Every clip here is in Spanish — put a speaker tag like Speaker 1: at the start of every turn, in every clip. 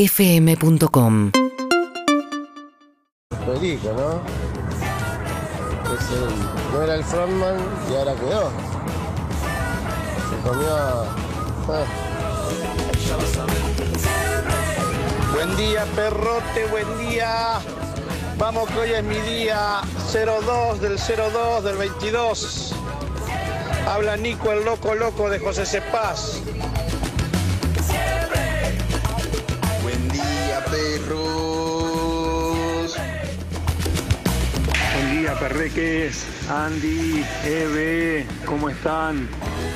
Speaker 1: urbanaplayfm.com
Speaker 2: Perico, ¿no? Es el- no era el frontman y ahora quedó. Se comió a... ah.
Speaker 3: Buen día, perrote, buen día. Vamos que hoy es mi día 02 del 02 del 22. Habla Nico el loco loco de José Cepaz.
Speaker 4: Buen día, perros.
Speaker 5: Buen día, perreques, Andy, Eve, ¿cómo están?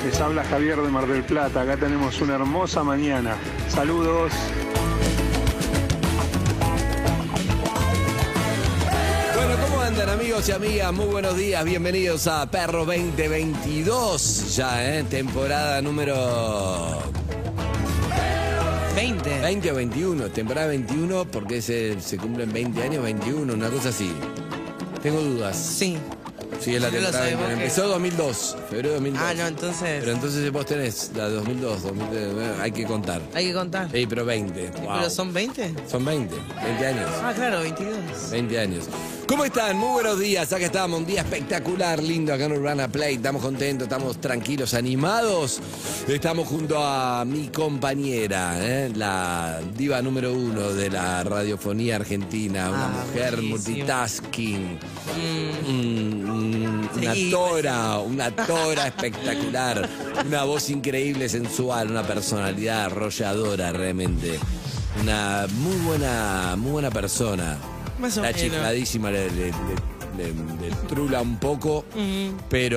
Speaker 5: Les habla Javier de Mar del Plata, acá tenemos una hermosa mañana. Saludos.
Speaker 6: Bueno, ¿cómo andan amigos y amigas? Muy buenos días, bienvenidos a Perro 2022, ya, ¿eh? Temporada número
Speaker 7: 20.
Speaker 6: 20 o 21, temporada 21 porque se, se cumplen 20 años, 21, una cosa así. Tengo dudas.
Speaker 7: Sí.
Speaker 6: Sí, es la
Speaker 7: Yo lo
Speaker 6: temporada.
Speaker 7: sé, vos
Speaker 6: 21.
Speaker 7: que-
Speaker 6: Empezó 2002, febrero de 2002.
Speaker 7: Ah, no, entonces
Speaker 6: Pero entonces vos tenés la 2002, 2003, bueno, hay que contar.
Speaker 7: hay que contar.
Speaker 6: Sí, pero 20. wow.
Speaker 7: ¿Pero son 20?
Speaker 6: Son 20, 20 años.
Speaker 7: Ah, claro, 22.
Speaker 6: 20 años. ¿Cómo están? Muy buenos días. Acá estamos, un día espectacular, lindo acá en Urbana Play. Estamos contentos, estamos tranquilos, animados. Estamos junto a mi compañera, ¿eh? la diva número uno de la radiofonía argentina, una
Speaker 7: Ah,
Speaker 6: mujer
Speaker 7: buenísimo.
Speaker 6: multitasking,
Speaker 7: Mm, pues.
Speaker 6: Mm, mm, una
Speaker 7: Sí,
Speaker 6: tora, una tora espectacular, una voz increíble, sensual, una personalidad arrolladora realmente. Una muy buena, muy buena persona.
Speaker 7: más o
Speaker 6: La
Speaker 7: menos.
Speaker 6: chifladísima le, le- le- le- le trula un poco,
Speaker 7: Mm.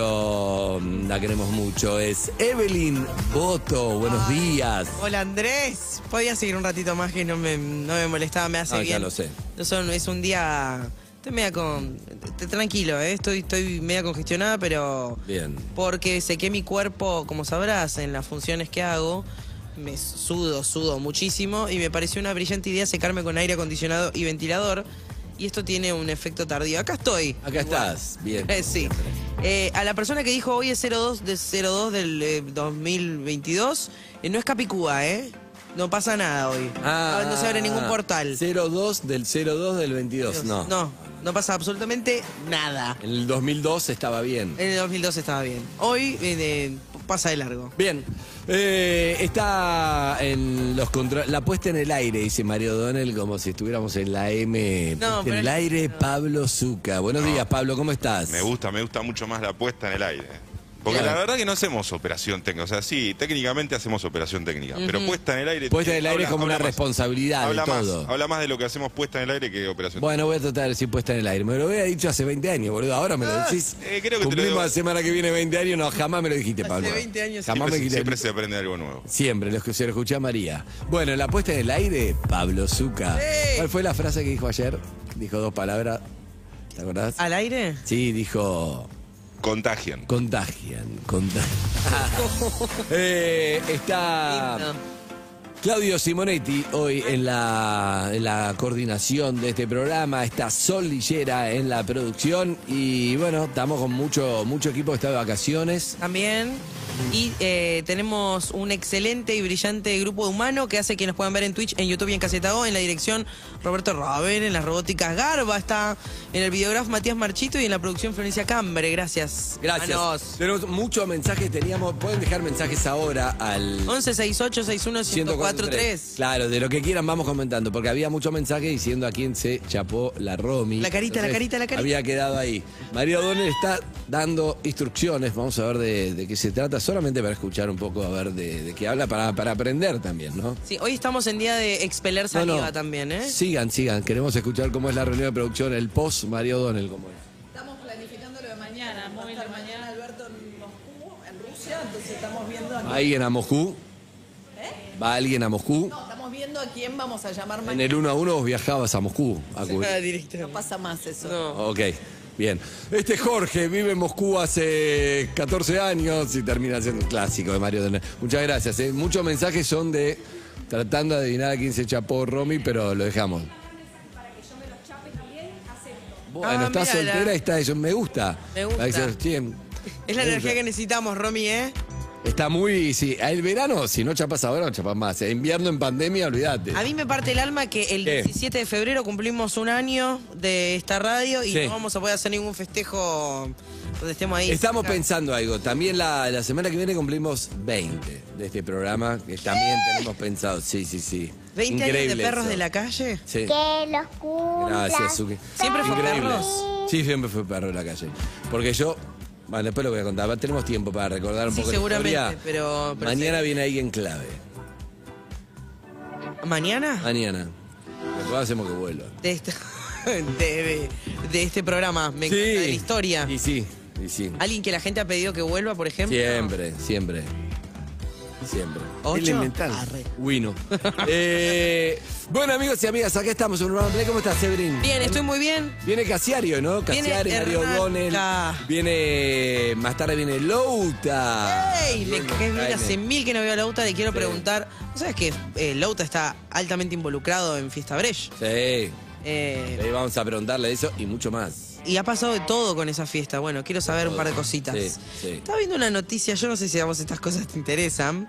Speaker 6: pero mm, la queremos mucho. Es Evelyn Boto, buenos días.
Speaker 7: Hola Andrés, podía seguir un ratito más que no me, no me molestaba, me hace
Speaker 6: Ah, ya
Speaker 7: bien.
Speaker 6: lo sé.
Speaker 7: Yo son- es un día. Estoy media con. t- Tranquilo, eh, estoy, estoy media congestionada, pero.
Speaker 6: Bien.
Speaker 7: Porque sequé mi cuerpo, como sabrás, en las funciones que hago. Me sudo, sudo muchísimo. Y me pareció una brillante idea secarme con aire acondicionado y ventilador. Y esto tiene un efecto tardío. Acá estoy.
Speaker 6: Acá estás, bien.
Speaker 7: Eh, sí. Eh, a la persona que dijo hoy es 02 de 02 del eh, 2022, eh, no es Capicúa, ¿eh? No pasa nada hoy.
Speaker 6: Ah,
Speaker 7: no, no se abre ningún portal.
Speaker 6: 02 del 02 del 22, no.
Speaker 7: No, no pasa absolutamente nada.
Speaker 6: En el 2002 estaba bien.
Speaker 7: En el 2002 estaba bien. Hoy eh, de- pasa de largo.
Speaker 6: Bien. Eh, está en los contra- La puesta en el aire, dice Mario Donel, como si estuviéramos en la M.
Speaker 7: No,
Speaker 6: Puesta en
Speaker 7: pero
Speaker 6: el
Speaker 7: es-
Speaker 6: aire, Pablo Zuca. Buenos días, Pablo, ¿cómo estás?
Speaker 4: Me gusta, me gusta mucho más la puesta en el aire. Porque
Speaker 6: Claro.
Speaker 4: la verdad que no hacemos operación técnica. O sea, sí, técnicamente hacemos operación técnica. Pero puesta en el aire.
Speaker 6: Puesta en el aire es
Speaker 4: habla-
Speaker 6: como
Speaker 4: habla
Speaker 6: una
Speaker 4: más.
Speaker 6: responsabilidad
Speaker 4: Habla
Speaker 6: de
Speaker 4: más,
Speaker 6: todo.
Speaker 4: habla más de lo que hacemos puesta en el aire que operación
Speaker 6: Bueno, voy a tratar de decir puesta en el aire. Me lo había dicho hace 20 años, boludo. Ahora me lo decís.
Speaker 4: eh, creo que te lo
Speaker 6: Cumplimos
Speaker 4: digo.
Speaker 6: la semana que viene 20 años. No, jamás me lo dijiste,
Speaker 7: Hace
Speaker 6: Pablo.
Speaker 7: 20 años
Speaker 4: técnica.
Speaker 6: Jamás me
Speaker 4: Siempre,
Speaker 6: dijiste. Siempre,
Speaker 4: siempre se aprende algo nuevo.
Speaker 6: los que se lo escuché a María. Bueno, la puesta en el aire, Pablo Zuca.
Speaker 7: Sí.
Speaker 6: ¿Cuál fue la frase que dijo ayer? Dijo dos palabras. ¿Te acordás?
Speaker 7: ¿Al aire?
Speaker 6: Sí, dijo.
Speaker 4: Contagian.
Speaker 6: Contagian, contagian. Eh, está.
Speaker 7: Lindo.
Speaker 6: Claudio Simonetti, hoy en la, en la coordinación de este programa, está Sol Lillera en la producción y bueno, estamos con mucho, mucho equipo que está de vacaciones.
Speaker 7: También. Y eh, tenemos un excelente y brillante grupo de humano que hace que nos puedan ver en Twitch, en YouTube y en Casetao, en la dirección Roberto Robert, en las robóticas Garba, está en el videógrafo Matías Marchito y en la producción Florencia Cambre. Gracias.
Speaker 6: Gracias.
Speaker 7: Manos.
Speaker 6: Tenemos muchos mensajes, teníamos, pueden dejar mensajes ahora al
Speaker 7: 11 68 61 1043.
Speaker 6: Claro, de lo que quieran vamos comentando, porque había muchos mensajes diciendo a quién se chapó la Romy.
Speaker 7: La carita, la carita, la carita.
Speaker 6: Había quedado ahí. María O'Donnell está dando instrucciones, vamos a ver de, de qué se trata, solamente para escuchar un poco, a ver de, de qué habla, para, para aprender también, ¿no?
Speaker 7: Sí, hoy estamos en día de expeler
Speaker 6: No,
Speaker 7: saliva
Speaker 6: no.
Speaker 7: también, ¿eh?
Speaker 6: Sigan, sigan, queremos escuchar cómo es la reunión de producción, el post María O'Donnell, cómo es.
Speaker 8: Estamos planificando lo de mañana, muy de mañana Alberto en Moscú, en Rusia, entonces estamos viendo
Speaker 6: ¿Va
Speaker 8: a quién, ¿Eh?
Speaker 6: alguien a Moscú? ¿Va alguien a Moscú?
Speaker 8: no, estamos viendo a quién vamos a llamar
Speaker 6: En
Speaker 8: mañana.
Speaker 6: el 1 a 1 vos viajabas a Moscú a cubrir.
Speaker 7: Ah, directo.
Speaker 8: No pasa más eso.
Speaker 7: No.
Speaker 6: Ok, bien. Este Jorge vive en Moscú hace 14 años y termina siendo un clásico de Mario Donel. Muchas gracias. ¿eh? Muchos mensajes son de tratando de adivinar a quién se chapó Romy, pero lo dejamos. Bueno,
Speaker 7: Ah,
Speaker 6: está
Speaker 7: mírala.
Speaker 6: soltera y está eso. Me gusta.
Speaker 7: Me gusta.
Speaker 6: Ahí se- sí,
Speaker 7: Es la
Speaker 6: me
Speaker 7: energía
Speaker 6: gusta.
Speaker 7: que necesitamos, Romy, ¿eh?
Speaker 6: Está muy. Sí, el verano, si no chapas ahora, no chapas más. El invierno en pandemia, olvídate.
Speaker 7: A mí me parte el alma que el
Speaker 6: ¿Qué?
Speaker 7: 17 de febrero cumplimos un año de esta radio y
Speaker 6: Sí.
Speaker 7: no vamos a poder hacer ningún festejo donde estemos ahí.
Speaker 6: Estamos
Speaker 7: cerca.
Speaker 6: pensando algo. También la, la semana que viene cumplimos 20 de este programa. Que también tenemos pensado. Sí, sí, sí.
Speaker 7: 20 años de
Speaker 6: Increíble
Speaker 7: perros
Speaker 6: eso.
Speaker 7: de la calle.
Speaker 6: Sí.
Speaker 1: Que los cumplas.
Speaker 6: Gracias, Suki.
Speaker 7: ¿Siempre fue perros?
Speaker 6: Sí, siempre fue perro en la calle. Porque yo. Bueno, después lo voy a contar. Tenemos tiempo para recordar un
Speaker 7: Sí,
Speaker 6: poco
Speaker 7: seguramente,
Speaker 6: la historia.
Speaker 7: pero- pero
Speaker 6: Mañana viene alguien clave.
Speaker 7: ¿Mañana?
Speaker 6: Mañana. Después hacemos que vuelva.
Speaker 7: de este, de, de este programa. Me encanta, de la historia.
Speaker 6: Y sí, y sí.
Speaker 7: Alguien que la gente ha pedido que vuelva, por ejemplo.
Speaker 6: Siempre, siempre. Siempre.
Speaker 7: ¿Ocho?
Speaker 6: Elemental.
Speaker 7: Arre.
Speaker 6: Wino. Eh, bueno, amigos y amigas, acá estamos en Urban Play. ¿Cómo estás, Severin?
Speaker 7: Bien, estoy muy bien.
Speaker 6: Viene Casiario, ¿no?
Speaker 7: Viene
Speaker 6: Casiari, Mario
Speaker 7: Hernán
Speaker 6: Gonel.
Speaker 7: Ca-
Speaker 6: Viene. Más tarde viene Louta.
Speaker 7: ¡Ey! Le
Speaker 6: Viene
Speaker 7: que- mira,
Speaker 6: Jaime.
Speaker 7: hace mil que no veo a Lauta, le quiero preguntar. ¿No sabes que eh, Lauta está altamente involucrado en Fiesta Brecht?
Speaker 6: Sí.
Speaker 7: Eh,
Speaker 6: Ahí vamos a preguntarle eso y mucho más.
Speaker 7: y ha pasado de todo con esa fiesta. Bueno, quiero saber un par de cositas.
Speaker 6: Sí, sí.
Speaker 7: Estaba viendo una noticia, yo no sé si a vos estas cosas te interesan.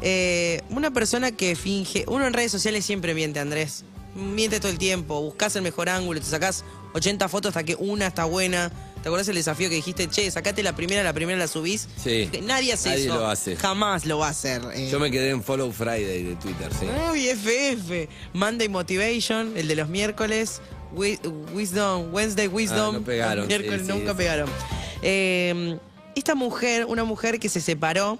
Speaker 7: Eh, una persona que finge. Uno en redes sociales siempre miente, Andrés. Miente todo el tiempo. Buscas el mejor ángulo, te sacás 80 fotos hasta que una está buena. ¿Te acuerdas el desafío que dijiste? Che, sacate la primera, la primera la subís.
Speaker 6: Sí.
Speaker 7: Que Nadie hace
Speaker 6: Nadie
Speaker 7: eso.
Speaker 6: lo hace.
Speaker 7: Jamás lo va a hacer. eh.
Speaker 6: Yo me quedé en Follow Friday de Twitter, sí.
Speaker 7: Uy, FF. Monday Motivation, el de los miércoles. Wi- Wisdom, Wednesday Wisdom.
Speaker 6: Ah, no pegaron,
Speaker 7: Los miércoles
Speaker 6: sí, sí,
Speaker 7: nunca
Speaker 6: sí.
Speaker 7: pegaron. Eh, esta mujer, una mujer que se separó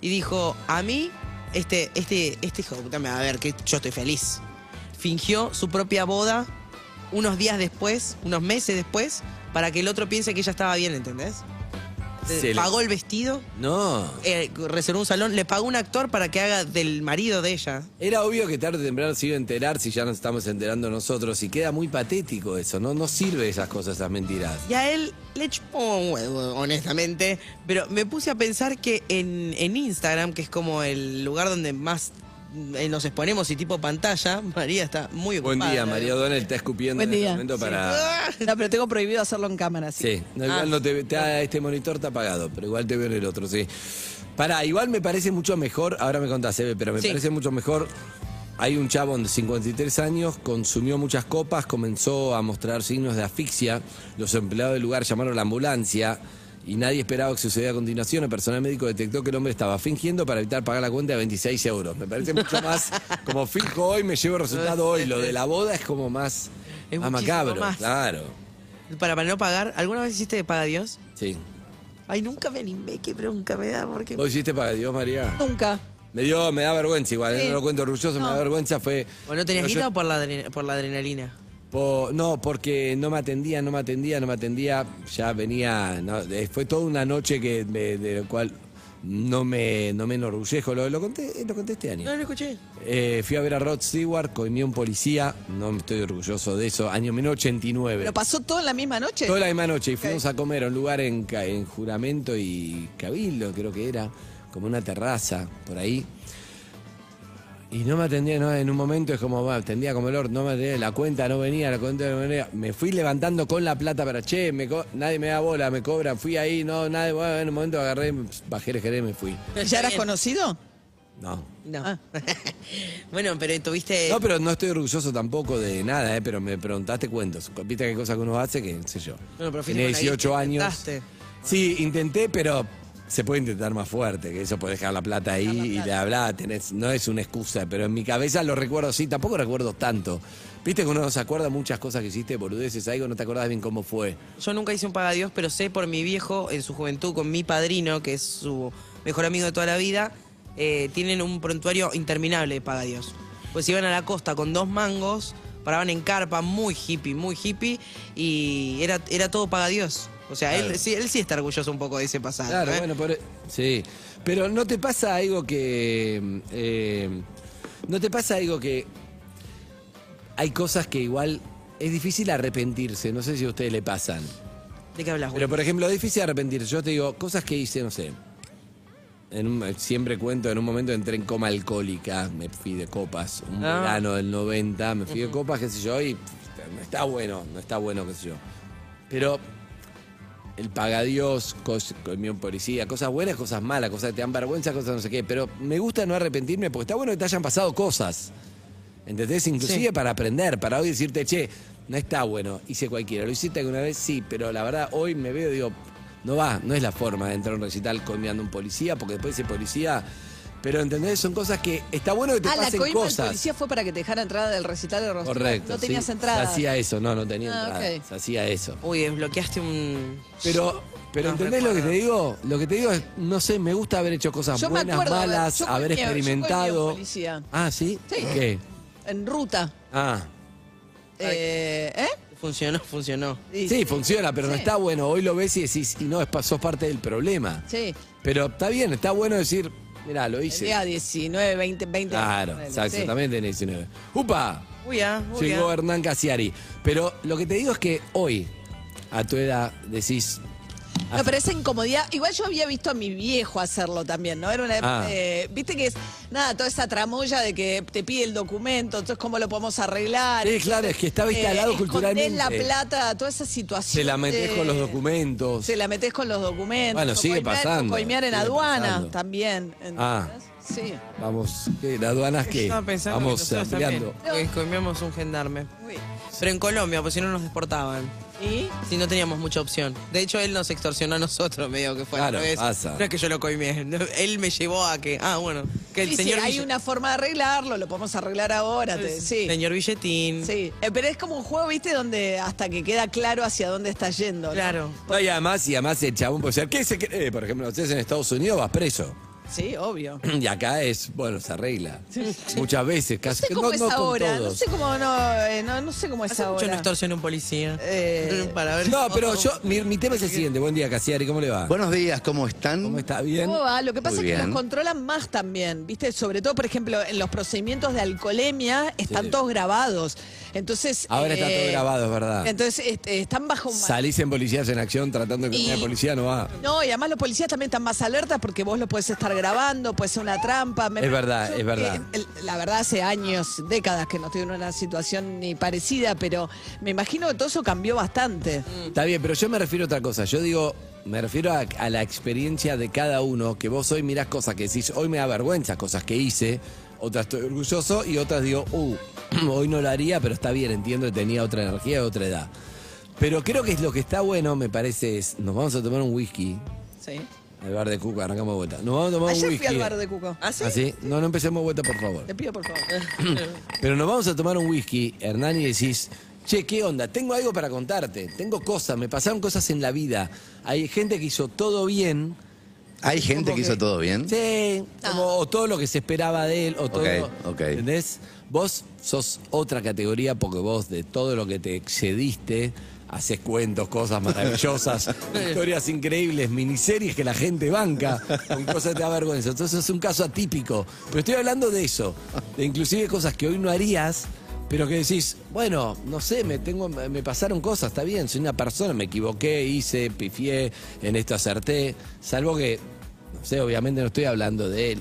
Speaker 7: y dijo, a mí, este, este, este hijo de puta me va a ver que yo estoy feliz. Fingió su propia boda unos días después, unos meses después, para que el otro piense que ella estaba bien, ¿entendés?
Speaker 6: Se le-
Speaker 7: Pagó el vestido,
Speaker 6: No.
Speaker 7: eh, reservó un salón, le pagó un actor para que haga del marido de ella.
Speaker 6: Era obvio que tarde o temprano se iba a enterar si ya nos estamos enterando nosotros y queda muy patético eso, ¿no? No sirve esas cosas, esas mentiras.
Speaker 7: Y a él le chupó un huevo, honestamente. Pero me puse a pensar que en, en Instagram, que es como el lugar donde más eh, nos exponemos y tipo pantalla, María está muy ocupada.
Speaker 6: Buen día, María O'Donnell está escupiendo
Speaker 8: Buen
Speaker 6: en este
Speaker 8: día.
Speaker 6: momento
Speaker 8: Sí.
Speaker 6: para...
Speaker 7: Ah,
Speaker 8: No, pero tengo prohibido hacerlo en cámara, así
Speaker 6: Sí, no, igual
Speaker 7: Ah.
Speaker 6: no te, te- ah, este monitor está apagado, pero igual te veo en el otro, sí. Pará, igual me parece mucho mejor, ahora me contás, Eve, pero me
Speaker 7: Sí.
Speaker 6: parece mucho mejor. Hay un chabón de 53 años, consumió muchas copas, comenzó a mostrar signos de asfixia. Los empleados del lugar llamaron a la ambulancia y nadie esperaba que sucediera a continuación. El personal médico detectó que el hombre estaba fingiendo para evitar pagar la cuenta de 26 euros. Me parece mucho más como finjo hoy, me llevo el resultado hoy. Lo de la boda es como más,
Speaker 7: Es
Speaker 6: más
Speaker 7: muchísimo
Speaker 6: macabro,
Speaker 7: más.
Speaker 6: claro.
Speaker 7: Para, para no pagar, ¿alguna vez hiciste de paga Dios?
Speaker 6: Sí.
Speaker 7: Ay, nunca me animé, qué bronca me da, porque...
Speaker 6: ¿Vos hiciste para Dios, María?
Speaker 8: Nunca.
Speaker 6: Me dio, me da vergüenza igual, ¿eh?
Speaker 8: Sí.
Speaker 6: no lo cuento orgulloso, me da vergüenza, fue...
Speaker 7: ¿O no tenías
Speaker 6: yo-
Speaker 7: guita o por la, adre- por la adrenalina?
Speaker 6: po- no, porque no me atendía, no me atendía, no me atendía, ya venía, no, eh, fue toda una noche que me- de la cual no me, no me enorgullezco, lo, lo conté, eh, lo conté este año.
Speaker 7: No, no escuché.
Speaker 6: Eh, fui a ver a Rod Stewart, coimí a un policía, no me estoy orgulloso de eso, año 1989.
Speaker 8: ¿Pero pasó todo en la misma noche?
Speaker 6: Toda la misma noche y fuimos a comer a un lugar en, Ca- en Juramento y Cabildo, creo que era, como una terraza por ahí. Y no me atendía, no, en un momento es como, va, atendía como el orto, no me atendía, la cuenta no venía, la cuenta no venía. Me fui levantando con la plata para, che, me co- nadie me da bola, me cobran, fui ahí, no, nadie, bueno, en un momento agarré, bajé el jerez, me fui.
Speaker 8: ¿Ya eras conocido?
Speaker 6: No.
Speaker 7: No.
Speaker 8: Ah.
Speaker 7: bueno, pero tuviste...
Speaker 6: No, pero no estoy orgulloso tampoco de nada, eh, pero me preguntaste cuentos. Viste qué cosa que uno hace, que no sé yo.
Speaker 7: Bueno, pero
Speaker 6: Tenía
Speaker 7: fuiste con la
Speaker 6: 18
Speaker 7: guita,
Speaker 6: años.
Speaker 7: intentaste.
Speaker 6: Sí, intenté, pero se puede intentar más fuerte, que eso puede dejar la plata ahí y le hablás, tenés, no es una excusa, pero en mi cabeza lo recuerdo así, tampoco recuerdo tanto. Viste que uno no se acuerda muchas cosas que hiciste, boludeces, algo, no te acordás bien cómo fue.
Speaker 7: Yo nunca hice un paga Dios, pero sé por mi viejo en su juventud con mi padrino, que es su mejor amigo de toda la vida, eh, tienen un prontuario interminable de paga Dios. Pues iban a la costa con dos mangos, paraban en carpa, muy hippie, muy hippie, y era, era todo paga Dios. O sea, él,
Speaker 6: Claro.
Speaker 7: sí, él sí está orgulloso un poco de ese pasado.
Speaker 6: Claro,
Speaker 7: ¿eh?
Speaker 6: bueno, por- e-, sí. Pero no te pasa algo que. eh, no te pasa algo que. Hay cosas que igual. Es difícil arrepentirse, no sé si a ustedes le pasan.
Speaker 7: Ah, ¿De qué hablas,
Speaker 6: Pero por ejemplo, es difícil arrepentirse. Yo te digo, cosas que hice, no sé. En un- siempre cuento, en un momento entré en coma alcohólica, me fui de copas, un
Speaker 7: Ah.
Speaker 6: verano del 90, me fui de copas, qué sé yo, y pff, no está bueno, no está bueno, qué sé yo. Pero el pagadios, cos- comión policía, cosas buenas, cosas malas, cosas que te dan vergüenza, cosas no sé qué. Pero me gusta no arrepentirme porque está bueno que te hayan pasado cosas. ¿Entendés? Inclusive
Speaker 7: Sí.
Speaker 6: para aprender, para hoy decirte, che, no está bueno, hice cualquiera. Lo hiciste alguna vez, sí, pero la verdad hoy me veo y digo, no va, no es la forma de entrar a un recital comiando un policía, porque después ese policía... Pero, ¿entendés? Son cosas que... Está bueno que te
Speaker 8: Ah, la
Speaker 6: pasen
Speaker 8: coima del
Speaker 6: cosas.
Speaker 8: policía fue para que te dejara entrada del recital de Rostro.
Speaker 6: Correcto.
Speaker 8: No tenías
Speaker 6: sí.
Speaker 8: entrada.
Speaker 6: Se hacía eso, no, no tenía
Speaker 8: Ah,
Speaker 6: entrada.
Speaker 8: ok.
Speaker 6: Se hacía eso.
Speaker 7: Uy, desbloqueaste un.
Speaker 6: Pero, pero
Speaker 7: No
Speaker 6: ¿entendés lo que te digo? Lo que te digo es, no sé, me gusta haber hecho cosas
Speaker 8: Yo me
Speaker 6: buenas,
Speaker 8: acuerdo,
Speaker 6: malas,
Speaker 8: yo
Speaker 6: haber
Speaker 8: coimeo, yo coimeo
Speaker 6: experimentado.
Speaker 8: policía.
Speaker 6: Ah, ¿sí?
Speaker 8: Sí.
Speaker 6: ¿Qué?
Speaker 8: En ruta.
Speaker 6: Ah.
Speaker 8: Eh, ¿Eh?
Speaker 7: Funcionó, funcionó.
Speaker 6: Sí,
Speaker 8: Y-
Speaker 6: funciona, pero no
Speaker 8: Sí.
Speaker 6: está bueno. Hoy lo ves y decís, y no, es, pa- sos parte del problema.
Speaker 8: Sí.
Speaker 6: Pero está bien, está bueno decir, mirá, lo hice.
Speaker 8: Tenía 19, 20, 20.
Speaker 6: Claro,
Speaker 8: Sí.
Speaker 6: exactamente en 19. ¡Upa!
Speaker 7: Uy, ah, uy,
Speaker 6: Llegó
Speaker 7: ah.
Speaker 6: Hernán Casiari. Pero lo que te digo es que hoy, a tu edad, decís.
Speaker 8: No, pero esa incomodidad, igual yo había visto a mi viejo hacerlo también, ¿no? Era una época,
Speaker 6: Ah.
Speaker 8: eh, viste que es, nada, toda esa tramoya de que te pide el documento, entonces cómo lo podemos arreglar.
Speaker 6: Sí, claro, es que estaba instalado
Speaker 8: eh, escondés
Speaker 6: culturalmente.
Speaker 8: la plata, toda esa situación.
Speaker 6: Se la metés
Speaker 8: de-
Speaker 6: con los documentos.
Speaker 8: Se la metés con los documentos.
Speaker 6: Bueno,
Speaker 8: o
Speaker 6: sigue
Speaker 8: coimear- o
Speaker 6: pasando,
Speaker 8: Coimear en
Speaker 6: sigue
Speaker 8: aduana
Speaker 6: pasando.
Speaker 8: también. ¿entendés?
Speaker 6: Ah.
Speaker 8: Sí.
Speaker 6: Vamos, ¿qué? ¿La aduanas qué?
Speaker 7: Estaba pensando que
Speaker 6: Vamos
Speaker 7: nosotros
Speaker 6: ampliando.
Speaker 7: también, que comíamos un gendarme.
Speaker 8: Uy.
Speaker 7: Pero en Colombia, pues si no nos deportaban.
Speaker 8: ¿Y?
Speaker 7: Si no teníamos mucha opción. De hecho, él nos extorsionó a nosotros, medio que fue
Speaker 6: Claro,
Speaker 7: al revés.
Speaker 6: pasa.
Speaker 7: No es que yo lo coimé. no, Él me llevó a que. Ah, bueno. Que el
Speaker 8: Sí, sí,
Speaker 7: señor.
Speaker 8: hay
Speaker 7: Ville-
Speaker 8: una forma de arreglarlo, lo podemos arreglar ahora, te sí.
Speaker 7: Señor Billetín.
Speaker 8: Sí, eh, pero es como un juego, ¿viste? Donde hasta que queda claro hacia dónde está yendo. ¿no?
Speaker 7: Claro.
Speaker 6: No, y además, y además el chabón puede ser, ¿qué se cree? Por ejemplo, ustedes en Estados Unidos vas preso.
Speaker 8: Sí, obvio.
Speaker 6: Y acá es, bueno, se arregla. Muchas veces, casi
Speaker 8: No sé
Speaker 6: que
Speaker 8: cómo
Speaker 6: no,
Speaker 8: es
Speaker 6: no con
Speaker 8: ahora, no
Speaker 6: todos.
Speaker 8: sé cómo no, eh, no, no sé cómo es
Speaker 7: Hace mucho no
Speaker 8: ahora.
Speaker 7: extorsionó un policía.
Speaker 8: Eh,
Speaker 7: Para ver
Speaker 6: No,
Speaker 7: si-
Speaker 6: pero yo, mi, mi tema es el siguiente. Buen día, Casiari, ¿cómo le va?
Speaker 9: Buenos días, ¿cómo están?
Speaker 6: ¿Cómo está? ¿Bien?
Speaker 8: ¿Cómo va? Oh, ah, Lo que pasa
Speaker 9: Muy
Speaker 8: es que
Speaker 9: bien.
Speaker 8: nos controlan más también, ¿viste? Sobre todo, por ejemplo, en los procedimientos de alcoholemia están
Speaker 6: Sí.
Speaker 8: todos grabados. Entonces. eh,
Speaker 6: Ahora está todo grabado, es verdad.
Speaker 8: Entonces este, están bajo un.
Speaker 6: Salís en policías en acción tratando de que
Speaker 8: Y-
Speaker 6: la policía no va.
Speaker 8: No, y además los policías también están más alertas porque vos lo puedes estar grabando, puede ser una trampa. Me-
Speaker 6: Es verdad,
Speaker 8: yo
Speaker 6: es verdad.
Speaker 8: que, el- la verdad, hace años, décadas que no estoy en una situación ni parecida, pero me imagino que todo eso cambió bastante.
Speaker 6: Está bien, pero yo me refiero a otra cosa. Yo digo, me refiero a, a la experiencia de cada uno, que vos hoy mirás cosas que decís, hoy me da vergüenza cosas que hice, otras estoy orgulloso y otras digo, uh, hoy no lo haría, pero está bien, entiendo que tenía otra energía, otra edad. Pero creo que es lo que está bueno, me parece, es, nos vamos a tomar un whisky
Speaker 8: Sí.
Speaker 6: al bar de Cuca, arrancamos vuelta. Nos vamos a tomar un
Speaker 8: Ayer
Speaker 6: whisky.
Speaker 8: fui al bar de Cuco.
Speaker 7: ¿Ah, sí?
Speaker 6: ¿Ah, sí? No, no empecemos vuelta, por favor.
Speaker 8: Te pido por favor.
Speaker 6: Pero nos vamos a tomar un whisky, Hernán, y decís, che, ¿qué onda? Tengo algo para contarte, tengo cosas, me pasaron cosas en la vida. Hay gente que hizo todo bien.
Speaker 9: Hay gente
Speaker 6: como
Speaker 9: que hizo todo bien.
Speaker 6: Sí, como- o todo lo que se esperaba de él, o todo.
Speaker 9: ok.
Speaker 6: ¿Entendés? Vos sos otra categoría porque vos de todo lo que te excediste. Haces cuentos, cosas maravillosas, historias increíbles, miniseries que la gente banca, con cosas que te da vergüenza. Entonces es un caso atípico. Pero estoy hablando de eso, de inclusive cosas que hoy no harías, pero que decís, bueno, no sé, me tengo, me pasaron cosas, está bien, soy una persona, me equivoqué, hice, pifié, en esto acerté, salvo que, no sé, obviamente no estoy hablando de él.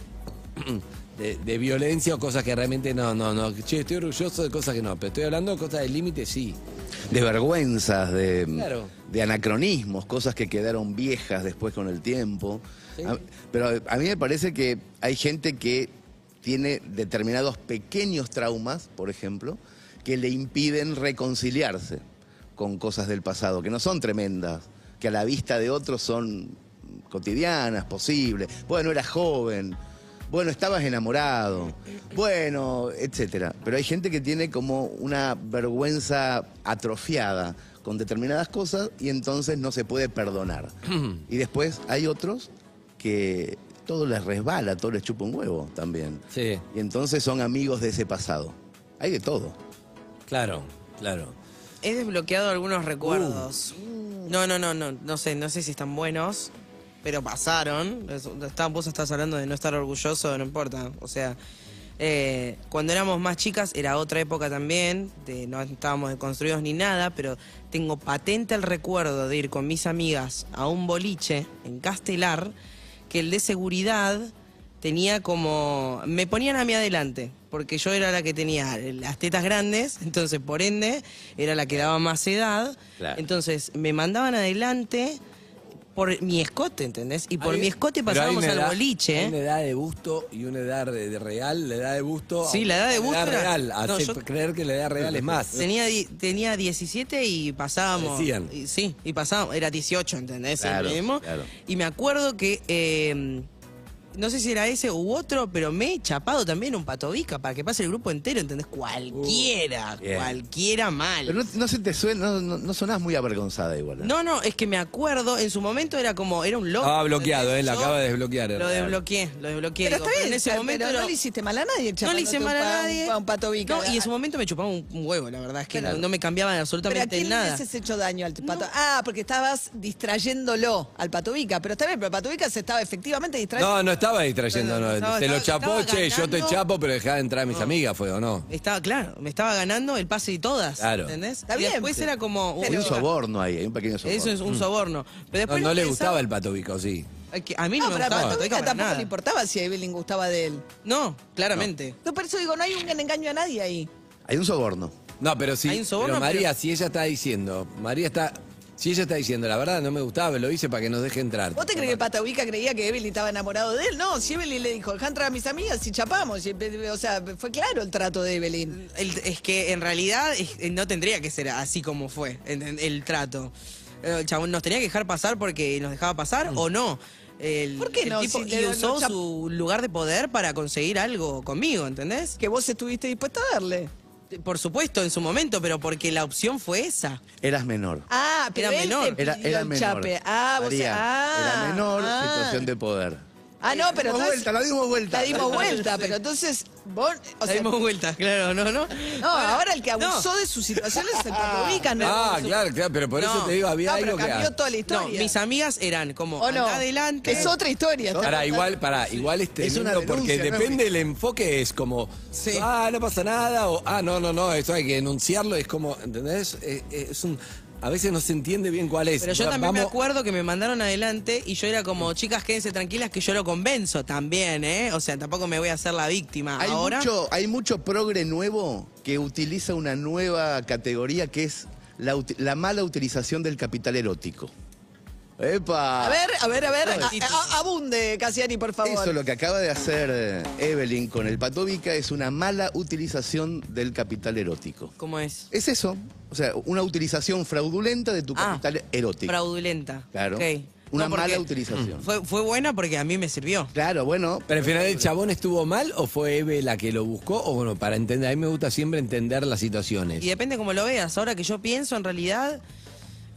Speaker 6: De, de violencia o cosas que realmente no, no, no. Che, estoy orgulloso de cosas que no, pero estoy hablando de cosas del límite, sí.
Speaker 9: De vergüenzas, de,
Speaker 6: Claro.
Speaker 9: de anacronismos, cosas que quedaron viejas después con el tiempo. A- pero a mí me parece que hay gente que tiene determinados pequeños traumas, por ejemplo, que le impiden reconciliarse con cosas del pasado, que no son tremendas, que a la vista de otros son cotidianas, posibles. Bueno, eras joven. Bueno, estabas enamorado. Bueno, etcétera. Pero hay gente que tiene como una vergüenza atrofiada con determinadas cosas y entonces no se puede perdonar. y después hay otros que todo les resbala, todo les chupa un huevo también.
Speaker 6: Sí.
Speaker 9: Y entonces son amigos de ese pasado. Hay de todo.
Speaker 6: Claro, claro.
Speaker 7: He desbloqueado algunos recuerdos.
Speaker 6: Uh.
Speaker 7: No, no, no, no, no sé, no sé si están buenos, pero pasaron. Es- está- vos estás hablando de no estar orgulloso, no importa. O sea, eh, cuando éramos más chicas era otra época también, de, no estábamos construidos ni nada, pero tengo patente el recuerdo de ir con mis amigas a un boliche en Castelar, que el de seguridad tenía como. Me ponían a mí adelante, porque yo era la que tenía las tetas grandes, entonces por ende era la que daba más edad.
Speaker 9: Claro.
Speaker 7: Entonces me mandaban adelante. por mi escote, ¿entendés? Y por
Speaker 6: Hay-
Speaker 7: mi escote
Speaker 6: pero hay
Speaker 7: pasábamos
Speaker 6: una
Speaker 7: al
Speaker 6: edad-
Speaker 7: boliche.
Speaker 6: Hay una
Speaker 7: ¿eh?
Speaker 6: edad de gusto y una edad de, de real. La edad de busto.
Speaker 7: Sí, la edad de busto era-
Speaker 6: real.
Speaker 7: No,
Speaker 6: hace
Speaker 7: yo-
Speaker 6: creer que la edad real es más.
Speaker 7: Tenía, di- tenía 17 y pasábamos.
Speaker 6: Decían.
Speaker 7: y- sí, y pasábamos. Era 18, ¿entendés? El
Speaker 9: Claro,
Speaker 7: mismo.
Speaker 9: claro.
Speaker 7: Y me acuerdo que. eh, no sé si era ese u otro, pero me he chapado también un patobica para que pase el grupo entero, ¿entendés? Cualquiera,
Speaker 6: Uh,
Speaker 9: bien.
Speaker 7: cualquiera mal.
Speaker 9: Pero no, no se te suena, no, no, no sonás muy avergonzada igual. ¿eh?
Speaker 7: No, no, es que me acuerdo, en su momento era como, era un loco.
Speaker 6: Estaba bloqueado,
Speaker 7: ¿entendés?
Speaker 6: eh, la
Speaker 7: Yo
Speaker 6: acaba de desbloquear.
Speaker 7: Lo desbloqueé, lo desbloqueé.
Speaker 8: Pero
Speaker 7: digo,
Speaker 8: está bien,
Speaker 7: en ese
Speaker 8: pero
Speaker 7: momento
Speaker 8: no
Speaker 7: era-
Speaker 8: le hiciste mal a nadie,
Speaker 7: no le hice mal a nadie.
Speaker 8: A un pato bica.
Speaker 7: No, y en su momento me chupaba un, un huevo, la verdad, es que
Speaker 8: Claro.
Speaker 7: no, no me cambiaba
Speaker 8: Pero a
Speaker 7: absolutamente
Speaker 8: quién le
Speaker 7: nada.
Speaker 8: hubieses hecho daño al pato. Ah, porque estabas distrayéndolo al pato bica. Pero está bien, pero el pato bica se estaba efectivamente distrayendo.
Speaker 6: No, no estaba distrayendo.
Speaker 7: No, no,
Speaker 6: No,
Speaker 7: estaba-
Speaker 6: te lo
Speaker 7: estaba-
Speaker 6: chapó,
Speaker 7: estaba
Speaker 6: che, yo te
Speaker 7: ganando.
Speaker 6: chapo, pero dejá de entrar a mis amigas, fue, ¿o no?
Speaker 7: Estaba, claro, me estaba ganando el pase y todas.
Speaker 6: Claro.
Speaker 7: ¿Entendés?
Speaker 8: Está
Speaker 7: y
Speaker 8: bien,
Speaker 7: después
Speaker 8: sí.
Speaker 7: era como. uy,
Speaker 9: Hay un
Speaker 7: mira,
Speaker 9: soborno ahí, hay un pequeño soborno.
Speaker 7: Eso es un soborno. Pero
Speaker 6: Mm. No,
Speaker 7: después
Speaker 6: no le
Speaker 7: pensaba-
Speaker 6: gustaba el pato bico, sí.
Speaker 7: Ay, que A mí no,
Speaker 8: No,
Speaker 7: me
Speaker 8: pero al
Speaker 7: gustaba.
Speaker 8: pato
Speaker 7: Tobica
Speaker 8: bica
Speaker 7: para
Speaker 8: tampoco
Speaker 7: nada.
Speaker 8: le importaba si a Evelyn gustaba de él.
Speaker 7: No, claramente.
Speaker 8: No, por eso digo, no hay un engaño a nadie ahí.
Speaker 9: Hay un soborno.
Speaker 6: No, pero sí.
Speaker 7: Hay un soborno,
Speaker 6: pero María,
Speaker 7: pero-
Speaker 6: si ella está diciendo, María está. Si ella está diciendo, la verdad no me gustaba, lo hice para que nos deje entrar.
Speaker 8: ¿Vos te crees que Patabica creía que Evelyn estaba enamorado de él? No, si Evelyn le dijo, dejá entrar a mis amigas y chapamos. Y, O sea, fue claro el trato de Evelyn.
Speaker 7: El- es que en realidad es- eh, no tendría que ser así como fue en- en- el trato. Eh, El chabón nos tenía que dejar pasar porque nos dejaba pasar o no. El,
Speaker 8: ¿Por qué
Speaker 7: el
Speaker 8: no?
Speaker 7: tipo
Speaker 8: Si te-
Speaker 7: y usó
Speaker 8: no, ya-
Speaker 7: su lugar de poder para conseguir algo conmigo, ¿entendés?
Speaker 8: Que vos estuviste dispuesta a darle.
Speaker 7: Por supuesto, en su momento, pero porque la opción fue esa.
Speaker 9: Eras menor.
Speaker 8: Ah, pero
Speaker 7: Era
Speaker 8: él
Speaker 7: menor.
Speaker 8: te
Speaker 9: Era,
Speaker 8: pidió
Speaker 9: era
Speaker 8: el
Speaker 9: menor.
Speaker 8: chape. Ah, vos
Speaker 9: María,
Speaker 8: ah,
Speaker 9: era menor,
Speaker 8: ah.
Speaker 9: situación de poder.
Speaker 8: Ah, no, pero
Speaker 9: La dimos
Speaker 8: entonces-
Speaker 9: vuelta, la dimos vuelta.
Speaker 8: La dimos vuelta, pero entonces vos... o
Speaker 7: La
Speaker 8: sea,
Speaker 7: dimos vueltas, claro, ¿no? No,
Speaker 8: No, ahora el que
Speaker 7: No.
Speaker 8: abusó de su situación es el Patabica, ¿no?
Speaker 6: Ah,
Speaker 8: Su-
Speaker 6: claro, claro, pero por eso
Speaker 7: eh. No.
Speaker 6: te digo, había
Speaker 8: No,
Speaker 6: algo
Speaker 8: pero
Speaker 6: que.
Speaker 8: cambió toda la
Speaker 7: No,
Speaker 8: historia.
Speaker 7: mis amigas eran como
Speaker 8: ¿O no?
Speaker 7: "Andá adelante.
Speaker 8: Es otra historia. está
Speaker 6: Para
Speaker 8: contando.
Speaker 6: igual, para igual es
Speaker 9: Es una
Speaker 6: tremendo porque
Speaker 9: denuncia, ¿no?
Speaker 6: depende el enfoque es como
Speaker 7: Sí.
Speaker 6: ah no pasa nada o ah no no no esto hay que denunciarlo es como ¿entendés? es, es un a veces no se entiende bien cuál es
Speaker 7: Pero yo
Speaker 6: Va-
Speaker 7: también me
Speaker 6: vamos-
Speaker 7: acuerdo que me mandaron adelante y yo era como, chicas, quédense tranquilas que yo lo convenzo también, ¿eh? O sea, tampoco me voy a hacer la víctima.
Speaker 9: Hay
Speaker 7: ahora.
Speaker 9: mucho, hay mucho progre nuevo que utiliza una nueva categoría que es la, uti- la mala utilización del capital erótico. ¡Epa!
Speaker 8: A ver, a ver, a ver.
Speaker 9: No,
Speaker 8: a-
Speaker 9: y-
Speaker 8: a- abunde, Casiani, por favor.
Speaker 9: Eso lo que acaba de hacer eh, Evelyn con el Patovica es una mala utilización del capital erótico.
Speaker 7: ¿Cómo es?
Speaker 9: Es eso, o sea, una utilización fraudulenta de tu
Speaker 7: Ah,
Speaker 9: capital erótico.
Speaker 7: Fraudulenta.
Speaker 9: Claro.
Speaker 7: Ok.
Speaker 9: Una
Speaker 7: No, porque Mm.
Speaker 9: mala utilización.
Speaker 7: Fue, fue buena porque a mí me sirvió.
Speaker 9: Claro, bueno,
Speaker 6: pero al final el chabón estuvo mal o fue Eve la que lo buscó o bueno para entender a mí me gusta siempre entender las situaciones
Speaker 7: Y depende cómo lo veas. Ahora que yo pienso, en realidad.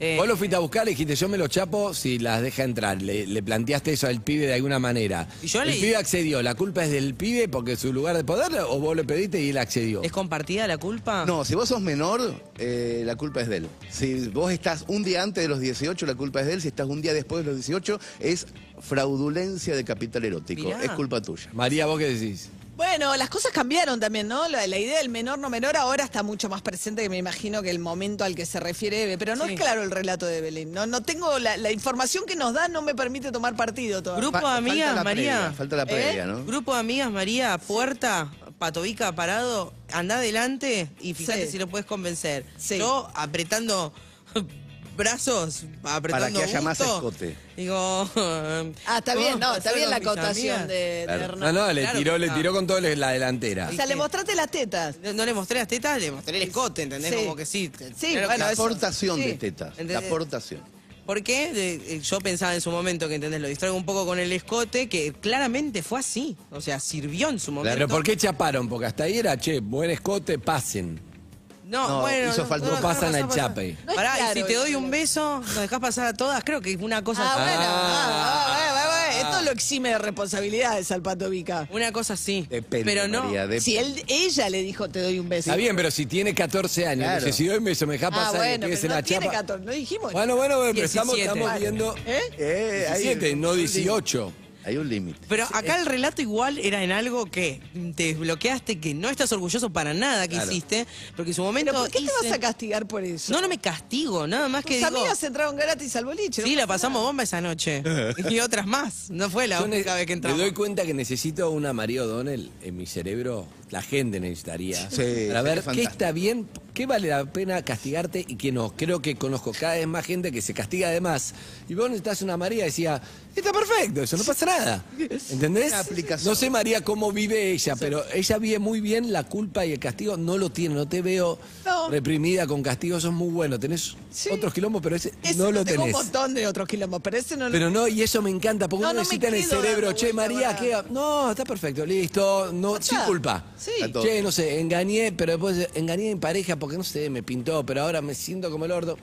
Speaker 7: eh,
Speaker 6: Vos lo fuiste a buscar y dijiste, yo me lo chapo si las deja entrar. Le, le planteaste eso al pibe de alguna manera.
Speaker 7: Y yo
Speaker 6: el
Speaker 7: le-
Speaker 6: pibe accedió. ¿La culpa es del pibe porque es su lugar de poder o vos le pediste y él accedió?
Speaker 7: ¿Es compartida la culpa?
Speaker 9: No, si vos sos menor, eh, la culpa es de él. Si vos estás un día antes de los 18, la culpa es de él. Si estás un día después de los 18, es fraudulencia de capital erótico.
Speaker 7: Mirá.
Speaker 9: Es culpa tuya.
Speaker 6: María, ¿vos qué decís?
Speaker 8: Bueno, las cosas cambiaron también, ¿no? La, la idea del menor no menor ahora está mucho más presente que me imagino que el momento al que se refiere Eve. Pero no
Speaker 7: Sí.
Speaker 8: es claro el relato de Belén. No, no tengo la, la información que nos da no me permite tomar partido todavía.
Speaker 7: Grupo de amigas,
Speaker 9: falta la
Speaker 7: María.
Speaker 9: previa, falta la previa,
Speaker 8: ¿Eh?
Speaker 9: ¿no?
Speaker 7: Grupo de amigas, María, puerta, Patovica parado, anda adelante y fíjate
Speaker 8: Sí.
Speaker 7: si lo puedes convencer.
Speaker 8: Sí.
Speaker 7: Yo apretando brazos, apretando
Speaker 9: Para que haya más
Speaker 7: gusto,
Speaker 9: escote.
Speaker 7: Digo.
Speaker 8: Ah, está bien, no, está bien la acotación de, de Hernán.
Speaker 6: No, no, le
Speaker 7: Claro
Speaker 6: tiró,
Speaker 7: que
Speaker 6: le
Speaker 7: está.
Speaker 6: tiró con todo le- la delantera.
Speaker 8: O sea, le mostraste las tetas.
Speaker 7: No, no le mostré las tetas, le mostré el escote, ¿entendés?
Speaker 8: Sí.
Speaker 7: Como que sí. te-
Speaker 8: Sí,
Speaker 7: claro que
Speaker 8: bueno,
Speaker 9: la
Speaker 7: sí.
Speaker 8: eso-
Speaker 9: aportación
Speaker 8: sí.
Speaker 9: de tetas. La
Speaker 7: Entendés.
Speaker 9: aportación.
Speaker 7: ¿Por qué? De- eh, yo pensaba en su momento que, ¿entendés? Lo distraigo un poco con el escote, que claramente fue así. O sea, sirvió en su momento.
Speaker 6: Pero ¿por qué chaparon? Porque hasta ahí era, che, buen escote, pasen.
Speaker 7: No,
Speaker 9: No,
Speaker 7: bueno.
Speaker 9: hizo falta- No
Speaker 6: pasan
Speaker 7: pasa,
Speaker 6: al
Speaker 7: pasa.
Speaker 6: chape.
Speaker 8: No es
Speaker 7: Pará,
Speaker 8: claro
Speaker 7: y si te
Speaker 8: el-
Speaker 7: doy un beso, nos dejás pasar a todas, creo que es una cosa
Speaker 8: Ah,
Speaker 7: así.
Speaker 8: bueno,
Speaker 6: Ah.
Speaker 8: ah, ah, ah, ah, ah. esto lo exime de responsabilidades al pato Vica.
Speaker 7: Una cosa así.
Speaker 9: Depende,
Speaker 7: pero no.
Speaker 9: María, depende.
Speaker 8: Si él, ella le dijo te doy un beso.
Speaker 6: Está bien, pero si tiene 14 años,
Speaker 9: Claro.
Speaker 6: dice, si doy un beso, me deja
Speaker 8: Ah,
Speaker 6: pasar y el
Speaker 8: bueno,
Speaker 6: pibe
Speaker 8: pero
Speaker 6: se
Speaker 8: no
Speaker 6: la
Speaker 8: tiene
Speaker 6: chapa.
Speaker 8: 14, no dijimos.
Speaker 6: Bueno, bueno, bueno, pero estamos,
Speaker 7: 17.
Speaker 6: estamos viendo
Speaker 8: ¿Eh?
Speaker 9: Eh, ahí-
Speaker 6: 17, no 18.
Speaker 9: Hay un límite.
Speaker 7: Pero acá el relato igual era en algo que te desbloqueaste, que no estás orgulloso para nada que
Speaker 6: Claro.
Speaker 7: hiciste, porque en su momento.
Speaker 8: ¿Pero por qué te
Speaker 7: hice-
Speaker 8: vas a castigar por eso?
Speaker 7: No, no me castigo, nada más que
Speaker 8: Tus
Speaker 7: digo.
Speaker 8: amigas entraron gratis al boliche.
Speaker 7: Sí,
Speaker 8: ¿no?
Speaker 7: la pasamos bomba esa noche. Y otras más. No fue la
Speaker 6: Yo ne-
Speaker 7: única vez que entramos.
Speaker 6: Me doy cuenta que necesito una María O'Donnell en mi cerebro. La gente necesitaría.
Speaker 9: Sí,
Speaker 6: para ver
Speaker 9: es
Speaker 6: qué
Speaker 9: fantástico.
Speaker 6: está bien, qué vale la pena castigarte y qué no. Creo que conozco cada vez más gente que se castiga de más. Y vos necesitas una María que decía, está perfecto, eso no pasa nada. ¿Entendés?
Speaker 9: Una aplicación.
Speaker 6: No sé, María, cómo vive ella, pero ella vive muy bien la culpa y el castigo. No lo tiene, no te veo
Speaker 8: No.
Speaker 6: reprimida con castigo. Sos muy bueno. Tenés
Speaker 8: Sí.
Speaker 6: otros quilombos, pero ese,
Speaker 8: Ese
Speaker 6: no lo
Speaker 8: tengo
Speaker 6: tenés.
Speaker 8: un montón de otros quilombos, pero ese no lo
Speaker 6: Pero no, y eso me encanta, porque
Speaker 8: No,
Speaker 6: uno
Speaker 8: no me
Speaker 6: necesita en el
Speaker 8: quedo
Speaker 6: cerebro,
Speaker 8: dando
Speaker 6: che,
Speaker 8: vuelta,
Speaker 6: María,
Speaker 8: ¿verdad?
Speaker 6: queda. No, está perfecto, listo, no,
Speaker 8: Ya
Speaker 6: sin
Speaker 8: está.
Speaker 6: culpa.
Speaker 8: Sí.
Speaker 9: Está todo.
Speaker 6: Che, no sé, engañé, pero después engañé en pareja porque no sé, me pintó, pero ahora me siento como el orto.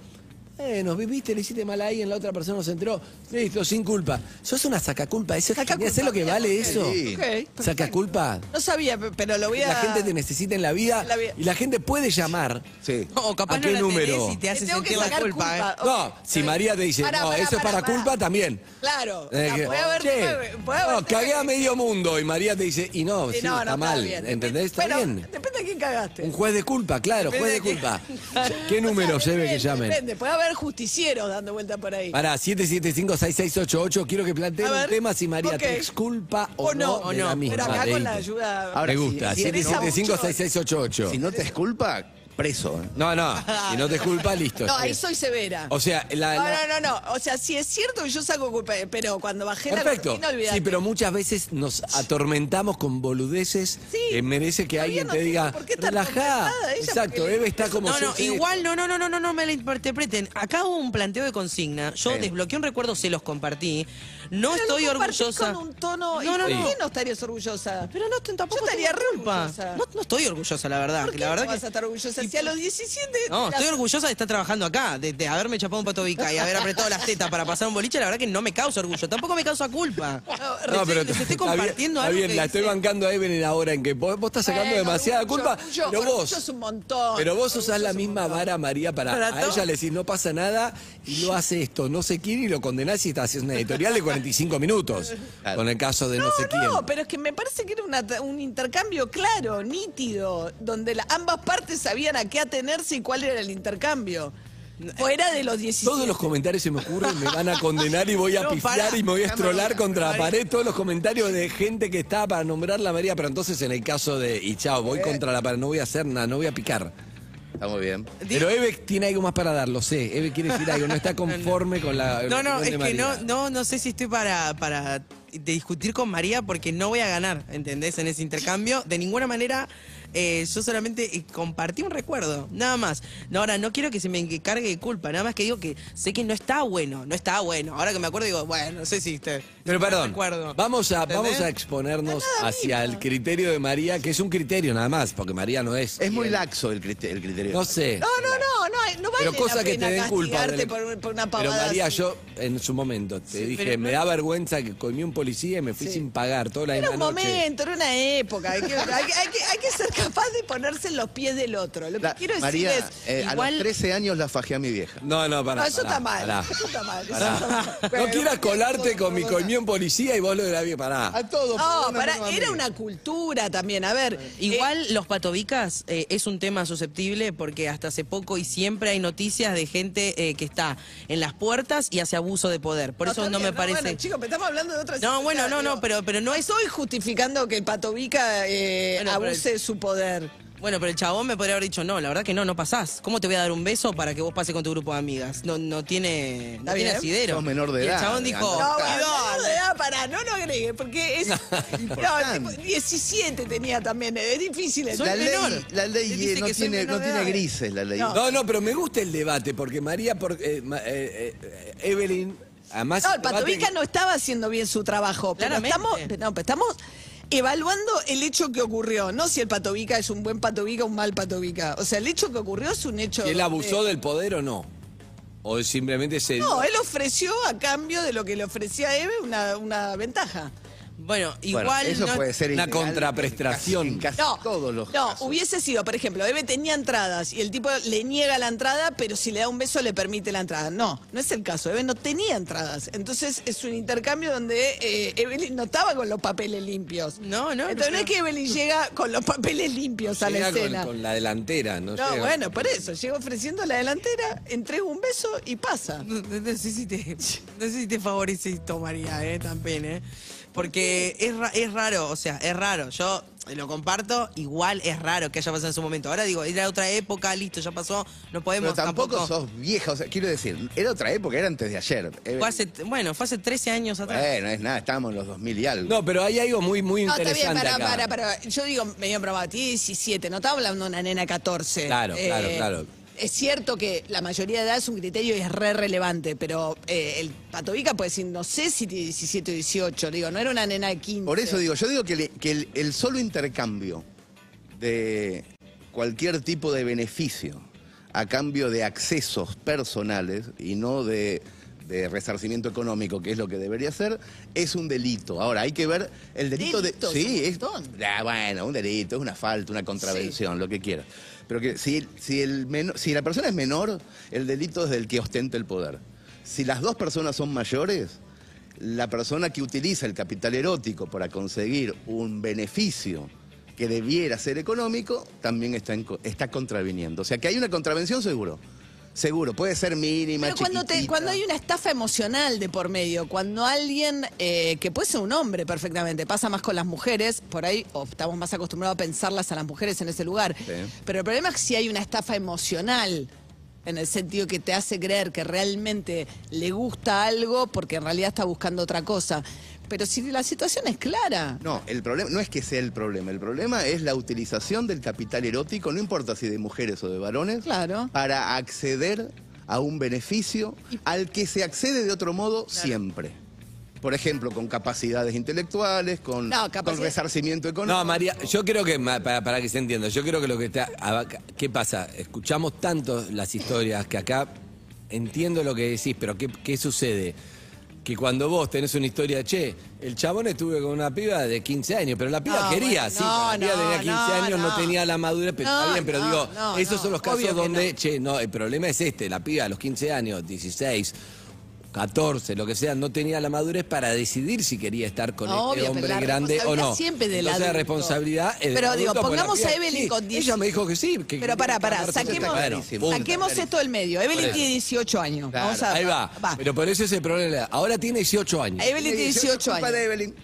Speaker 6: Eh, nos viviste, le hiciste mal ahí, en la otra persona nos entró. Listo, sin culpa. Sos una sacaculpa, eso es genial,
Speaker 8: Sacaculpa,
Speaker 6: ¿sabés lo que
Speaker 8: bien,
Speaker 6: vale
Speaker 8: bien.
Speaker 6: eso?
Speaker 9: Sí.
Speaker 8: Ok, perfecto.
Speaker 6: Sacaculpa.
Speaker 8: No sabía, pe- pero lo voy a.
Speaker 6: La gente te necesita en la vida,
Speaker 8: En la vida.
Speaker 6: y la gente puede llamar.
Speaker 9: Sí.
Speaker 7: O capaz
Speaker 6: ¿A
Speaker 7: no
Speaker 6: qué
Speaker 7: la
Speaker 6: número?
Speaker 7: tenés y te
Speaker 8: Te
Speaker 7: hace
Speaker 8: tengo que
Speaker 7: sentir la
Speaker 8: sacar
Speaker 7: culpa.
Speaker 8: culpa.
Speaker 7: ¿eh?
Speaker 8: ok.
Speaker 6: No, si María te dice,
Speaker 8: Pará,
Speaker 6: no,
Speaker 8: pará,
Speaker 6: eso es
Speaker 8: pará,
Speaker 6: para
Speaker 8: pará.
Speaker 6: culpa también.
Speaker 8: Claro.
Speaker 6: Eh, que-
Speaker 8: no, Ah, puede haber
Speaker 6: che,
Speaker 8: nueve, puede haber
Speaker 6: no, cagué a
Speaker 8: nueve.
Speaker 6: medio mundo y María te dice, y no,
Speaker 8: Sí,
Speaker 6: sí, está mal,
Speaker 8: bien.
Speaker 6: ¿entendés? Está
Speaker 8: Bueno,
Speaker 6: bien.
Speaker 8: Depende a quién cagaste.
Speaker 6: Un juez de culpa, claro, juez de culpa. ¿Qué número
Speaker 8: O sea,
Speaker 6: se ve que
Speaker 8: depende,
Speaker 6: llamen?
Speaker 8: Depende, puede haber justicieros dando vuelta por ahí.
Speaker 6: Para 775-6688, quiero que planteen
Speaker 8: A
Speaker 6: un
Speaker 8: ver,
Speaker 6: tema si María
Speaker 8: ok.
Speaker 6: te exculpa o,
Speaker 8: O no,
Speaker 6: no,
Speaker 8: o
Speaker 6: de
Speaker 7: no,
Speaker 6: la misma.
Speaker 8: pero acá con la
Speaker 6: Leíte.
Speaker 8: ayuda.
Speaker 9: Ahora,
Speaker 6: Me
Speaker 9: si-
Speaker 6: gusta,
Speaker 9: si
Speaker 8: interesa
Speaker 6: 775-6688.
Speaker 9: Si no te exculpa, preso. ¿eh?
Speaker 6: No, no, si no te culpa, listo.
Speaker 8: No,
Speaker 6: está
Speaker 8: ahí
Speaker 6: bien.
Speaker 8: soy severa.
Speaker 6: O sea, la...
Speaker 8: no,
Speaker 6: la-
Speaker 8: no, no, no. O sea, sí es cierto que yo saco culpa, pero cuando bajé
Speaker 6: Perfecto.
Speaker 8: la cortina, olvidate.
Speaker 6: Sí, pero muchas veces nos atormentamos con boludeces.
Speaker 8: Sí.
Speaker 6: que merece que
Speaker 8: Todavía
Speaker 6: alguien
Speaker 8: no
Speaker 6: te
Speaker 8: tiene
Speaker 6: diga,
Speaker 8: por qué estar
Speaker 6: relajá.
Speaker 8: atormentada ella,
Speaker 6: Exacto,
Speaker 8: porque le-
Speaker 6: Eve está como...
Speaker 7: No, no,
Speaker 6: sí, sí.
Speaker 7: igual no, no, no, no, no, no me la interpreten. Acá hubo un planteo de consigna. Yo
Speaker 9: Sí.
Speaker 7: desbloqueé un recuerdo, se los compartí. No
Speaker 8: Pero
Speaker 7: estoy
Speaker 8: lo compartís
Speaker 7: orgullosa.
Speaker 8: con un tono.
Speaker 7: No, no,
Speaker 8: ¿y por
Speaker 7: no.
Speaker 8: qué no estarías orgullosa?
Speaker 7: Pero no, tampoco
Speaker 8: Yo estaría
Speaker 7: tengo
Speaker 8: re
Speaker 7: culpa.
Speaker 8: orgullosa.
Speaker 7: No, no estoy orgullosa, la verdad.
Speaker 8: ¿Por
Speaker 7: que
Speaker 8: qué
Speaker 7: la verdad
Speaker 8: no
Speaker 7: que...
Speaker 8: vas a estar orgullosa? Si a los 17.
Speaker 7: No,
Speaker 8: la-
Speaker 7: estoy orgullosa de estar trabajando acá, de, de haberme chapado un pato bica y haber apretado las tetas para pasar un boliche, la verdad que no me causa orgullo, tampoco me causa culpa.
Speaker 6: No, pero
Speaker 7: les estoy
Speaker 6: está bien,
Speaker 7: compartiendo
Speaker 6: está
Speaker 7: algo.
Speaker 6: bien,
Speaker 7: que
Speaker 6: la estoy
Speaker 7: dice-
Speaker 6: bancando a Evelyn ahora en que vos, vos estás sacando
Speaker 8: Bueno,
Speaker 6: demasiada
Speaker 8: orgullo,
Speaker 6: culpa.
Speaker 8: orgullo,
Speaker 6: pero vos.
Speaker 8: orgullo es un montón.
Speaker 6: Pero vos
Speaker 8: Orgullo
Speaker 6: usás la
Speaker 8: es un
Speaker 6: misma
Speaker 8: montón.
Speaker 6: vara, María, para,
Speaker 7: Para
Speaker 6: a
Speaker 7: todo.
Speaker 6: ella le decís no pasa nada y lo hace esto, no sé quién, y lo condenás y estás haciendo una editorial de 45 minutos.
Speaker 9: Claro.
Speaker 6: Con el caso de no,
Speaker 8: No,
Speaker 6: sé quién.
Speaker 8: no, pero es que me parece que era una- un intercambio claro, nítido, donde la- ambas partes sabían a qué atenerse y cuál era el intercambio. O era de los 17.
Speaker 6: eh, Todos los comentarios se me ocurren, me van a condenar y voy a
Speaker 7: No,
Speaker 6: pifiar
Speaker 7: pará.
Speaker 6: y me voy a estrolar
Speaker 7: María,
Speaker 6: contra la
Speaker 7: María.
Speaker 6: pared. Todos los comentarios de gente que estaba para nombrar la María, pero entonces en el caso de, y chao,
Speaker 7: Eh.
Speaker 6: voy contra la pared, no voy a hacer nada, no voy a picar.
Speaker 9: Está muy bien.
Speaker 6: Pero Eve tiene algo más para dar, lo sé. Eve quiere decir algo, no está conforme con la.
Speaker 7: No, no,
Speaker 6: opinión de
Speaker 7: es que
Speaker 6: María.
Speaker 7: no, no, no sé si estoy para, para de discutir con María porque no voy a ganar, ¿entendés? En ese intercambio. De ninguna manera, eh, yo solamente eh, compartí un recuerdo, nada más. No, ahora no quiero que se me encargue de culpa, nada más que digo que sé que no está bueno, no está bueno. Ahora que me acuerdo digo, bueno, no sé si te-
Speaker 6: Pero
Speaker 7: me
Speaker 6: perdón,
Speaker 7: acuerdo.
Speaker 6: vamos a,
Speaker 7: ¿Entendés?
Speaker 6: vamos a exponernos hacia el criterio de María, que es un criterio nada más, porque María no es.
Speaker 9: Es muy laxo el, crite- el criterio.
Speaker 6: No sé.
Speaker 8: No, no, no, no, hay- no vale
Speaker 6: Pero cosa
Speaker 8: la
Speaker 6: que
Speaker 8: pena
Speaker 6: te den culpa.
Speaker 8: castigarte
Speaker 6: Adele.
Speaker 8: por, por una
Speaker 6: pero
Speaker 8: pavada.
Speaker 6: María,
Speaker 8: así.
Speaker 6: yo en su momento te dije,
Speaker 7: pero
Speaker 6: me da vergüenza que comí un policía y me fui sin pagar toda la
Speaker 8: Era un
Speaker 6: misma noche.
Speaker 8: momento, era una época. Hay que, hay que- hay que- hay que ser capaz de ponerse en los pies del otro. Lo que
Speaker 9: La-
Speaker 8: quiero decir
Speaker 9: María,
Speaker 8: es.
Speaker 9: eh, a
Speaker 8: igual-
Speaker 9: los 13 años la fajé a mi vieja.
Speaker 6: No, no, pará.
Speaker 8: No, eso
Speaker 6: pará,
Speaker 8: está mal.
Speaker 6: pará.
Speaker 8: Eso está mal. eso
Speaker 6: Pará.
Speaker 8: está mal.
Speaker 6: No
Speaker 8: Pero-
Speaker 6: quieras colarte con mi
Speaker 9: Perdona.
Speaker 6: comión policía y vos lo de la vida, pará.
Speaker 9: A todos.
Speaker 8: No,
Speaker 9: perdóname,
Speaker 8: para,
Speaker 9: no a mí.
Speaker 8: era una cultura también. A ver. eh,
Speaker 7: Igual los patobicas eh, es un tema susceptible porque hasta hace poco y siempre hay noticias de gente eh, que está en las puertas y hace abuso de poder. Por eso
Speaker 8: está
Speaker 7: no
Speaker 8: bien,
Speaker 7: me parece.
Speaker 8: Bueno, chicos, pero estamos hablando de otras
Speaker 7: No, bueno, no,
Speaker 8: digo,
Speaker 7: no, pero- pero no es-
Speaker 8: Estoy justificando que el Patovica eh,
Speaker 7: Bueno, pero
Speaker 8: abuse
Speaker 7: el-
Speaker 8: de su poder.
Speaker 7: Bueno, pero el chabón me podría haber dicho, no, la verdad que no, no pasás. ¿Cómo te voy a dar un beso para que vos pases con tu grupo de amigas? No, no tiene, no
Speaker 8: Está
Speaker 7: tiene
Speaker 8: bien.
Speaker 7: asidero.
Speaker 9: Sos menor de
Speaker 7: y
Speaker 9: edad,
Speaker 7: El chabón dijo,
Speaker 9: anda.
Speaker 8: No,
Speaker 9: está.
Speaker 8: bueno, no, no, para, no lo agregues, porque es. no,
Speaker 9: Importante.
Speaker 8: tipo, 17 tenía también, es difícil.
Speaker 7: Soy
Speaker 9: la
Speaker 8: entender.
Speaker 9: ley,
Speaker 7: menor.
Speaker 9: la ley
Speaker 7: Te dice
Speaker 9: eh, no,
Speaker 7: que soy
Speaker 9: tiene,
Speaker 7: menor
Speaker 9: no
Speaker 7: de
Speaker 9: tiene
Speaker 7: edad.
Speaker 9: grises la ley.
Speaker 6: No, no, pero me gusta el debate, porque María, por- eh, ma- eh, eh, Evelyn, además...
Speaker 8: No, el Patovica
Speaker 6: debate-
Speaker 8: no estaba haciendo bien su trabajo. Pero
Speaker 7: Claramente.
Speaker 8: estamos, no, pero estamos evaluando el hecho que ocurrió, no si el Patovica es un buen Patovica o un mal Patovica. O sea, el hecho que ocurrió es un hecho.
Speaker 6: ¿Que él abusó
Speaker 8: de-
Speaker 6: del poder o no? ¿O simplemente se...
Speaker 8: No, él ofreció a cambio de lo que le ofrecía a Eve una, una ventaja.
Speaker 7: Bueno, igual
Speaker 9: Bueno, eso
Speaker 7: no-
Speaker 9: puede ser
Speaker 6: Una
Speaker 9: ilegal
Speaker 6: contraprestación.
Speaker 9: En casi, en casi
Speaker 8: No,
Speaker 9: todos los
Speaker 8: no
Speaker 9: casos.
Speaker 8: hubiese sido, por ejemplo, Eve tenía entradas y el tipo le niega la entrada, pero si le da un beso le permite la entrada. No, no es el caso. Eve no tenía entradas. Entonces es un intercambio donde eh, Evelyn no estaba con los papeles limpios.
Speaker 7: No, no, no
Speaker 8: Entonces no es
Speaker 7: creo.
Speaker 8: que Evelyn llega con los papeles limpios a la
Speaker 6: Llega con,
Speaker 8: escena.
Speaker 6: con la delantera, ¿no?
Speaker 8: No,
Speaker 6: llega.
Speaker 8: bueno, por eso. Llega ofreciendo la delantera, entrega un beso y pasa.
Speaker 7: No, no- no sé si te, no sé si te favorece esto, María, eh, también, ¿eh? Porque es, ra- es raro, o sea, es raro. Yo eh, lo comparto, igual es raro que haya pasado en su momento. Ahora digo, era otra época, listo, ya pasó, no podemos
Speaker 9: Pero tampoco, sos vieja, o sea, quiero decir, era otra época, era antes de ayer. Eh,
Speaker 7: Fue hace- bueno, fue hace 13 años atrás.
Speaker 9: bueno, es nada, estábamos en los 2000 y algo.
Speaker 6: No, pero hay algo muy, muy
Speaker 8: No, está bien,
Speaker 6: interesante
Speaker 8: pará,
Speaker 6: acá.
Speaker 8: pará, pará. Yo digo medio probado, tiene 17, no estaba hablando de una nena 14.
Speaker 6: Claro, claro, claro.
Speaker 8: Es cierto que la mayoría de edad es un criterio y es re relevante, pero eh, el Patovica puede decir, no sé si tiene 17 o 18, digo, no era una nena de 15.
Speaker 9: Por eso digo, yo digo que, le- que el, el solo intercambio de cualquier tipo de beneficio a cambio de accesos personales y no de, de resarcimiento económico, que es lo que debería ser, es un delito. Ahora, hay que ver el delito
Speaker 8: Delitos,
Speaker 9: de...
Speaker 8: un
Speaker 9: Sí, es,
Speaker 8: montón.
Speaker 9: Ah, bueno, un delito, es una falta, una contravención, lo que quieras. Pero que si, si, el men- si la persona es menor, el delito es del que ostenta el poder. Si las dos personas son mayores, la persona que utiliza el capital erótico para conseguir un beneficio que debiera ser económico, también está, en co- está contraviniendo. O sea que hay una contravención seguro. Seguro, puede ser mínima.
Speaker 8: Pero cuando, te-
Speaker 9: chiquitita.
Speaker 8: cuando hay una estafa emocional de por medio, cuando alguien, eh, que puede ser un hombre perfectamente, pasa más con las mujeres, por ahí o estamos más acostumbrados a pensarlas a las mujeres en ese lugar.
Speaker 9: Sí.
Speaker 8: Pero el problema es que si hay una estafa emocional, en el sentido que te hace creer que realmente le gusta algo porque en realidad está buscando otra cosa. Pero si la situación es clara.
Speaker 9: No, el problema no es que sea el problema, el problema es la utilización del capital erótico, no importa si de mujeres o de varones,
Speaker 8: Claro.
Speaker 9: para acceder a un beneficio al que se accede de otro modo siempre. Por ejemplo, con capacidades intelectuales, con,
Speaker 8: No, capacidad-
Speaker 9: con resarcimiento económico.
Speaker 6: No, María, yo creo que, ma- para, para que se entienda, yo creo que lo que está... abaca- ¿Qué pasa? Escuchamos tanto las historias que acá entiendo lo que decís, pero ¿qué, qué sucede? Que cuando vos tenés una historia, che, el chabón estuve con una piba de 15 años, pero la piba
Speaker 8: No,
Speaker 6: quería,
Speaker 8: bueno,
Speaker 6: sí,
Speaker 8: no,
Speaker 6: la piba
Speaker 8: no,
Speaker 6: tenía 15
Speaker 8: no,
Speaker 6: años, no.
Speaker 8: no.
Speaker 6: tenía la madurez, pero está
Speaker 8: No,
Speaker 6: bien, pero
Speaker 8: no,
Speaker 6: digo,
Speaker 8: no,
Speaker 6: esos
Speaker 8: no,
Speaker 6: son los casos
Speaker 8: obvio que
Speaker 6: donde,
Speaker 8: no.
Speaker 6: che, no, el problema es este, la piba a los 15 años, 16, 14, lo que sea, no tenía la madurez para decidir si quería estar con
Speaker 8: No,
Speaker 6: este
Speaker 8: obvio, pero
Speaker 6: hombre
Speaker 8: la
Speaker 6: grande o
Speaker 8: responsabilidad
Speaker 6: no.
Speaker 8: siempre del
Speaker 6: Entonces, la
Speaker 8: adulto.
Speaker 6: responsabilidad es del
Speaker 8: Pero digo,
Speaker 6: adulto, porque la
Speaker 8: pongamos
Speaker 6: piba-
Speaker 8: a Evelyn
Speaker 6: sí,
Speaker 8: con
Speaker 6: Ella
Speaker 8: 10.
Speaker 6: me dijo que sí. que quería este
Speaker 8: Pero pará, pará,
Speaker 6: casarse.
Speaker 8: saquemos,
Speaker 6: Bueno, punto.
Speaker 8: saquemos esto del medio. Evelyn tiene 18 años.
Speaker 9: Claro.
Speaker 8: Vamos a,
Speaker 6: Ahí va. Pero por eso ese problema. Ahora tiene 18 años.
Speaker 8: Evelyn tiene 18
Speaker 9: culpa
Speaker 8: años.
Speaker 9: de Evelyn.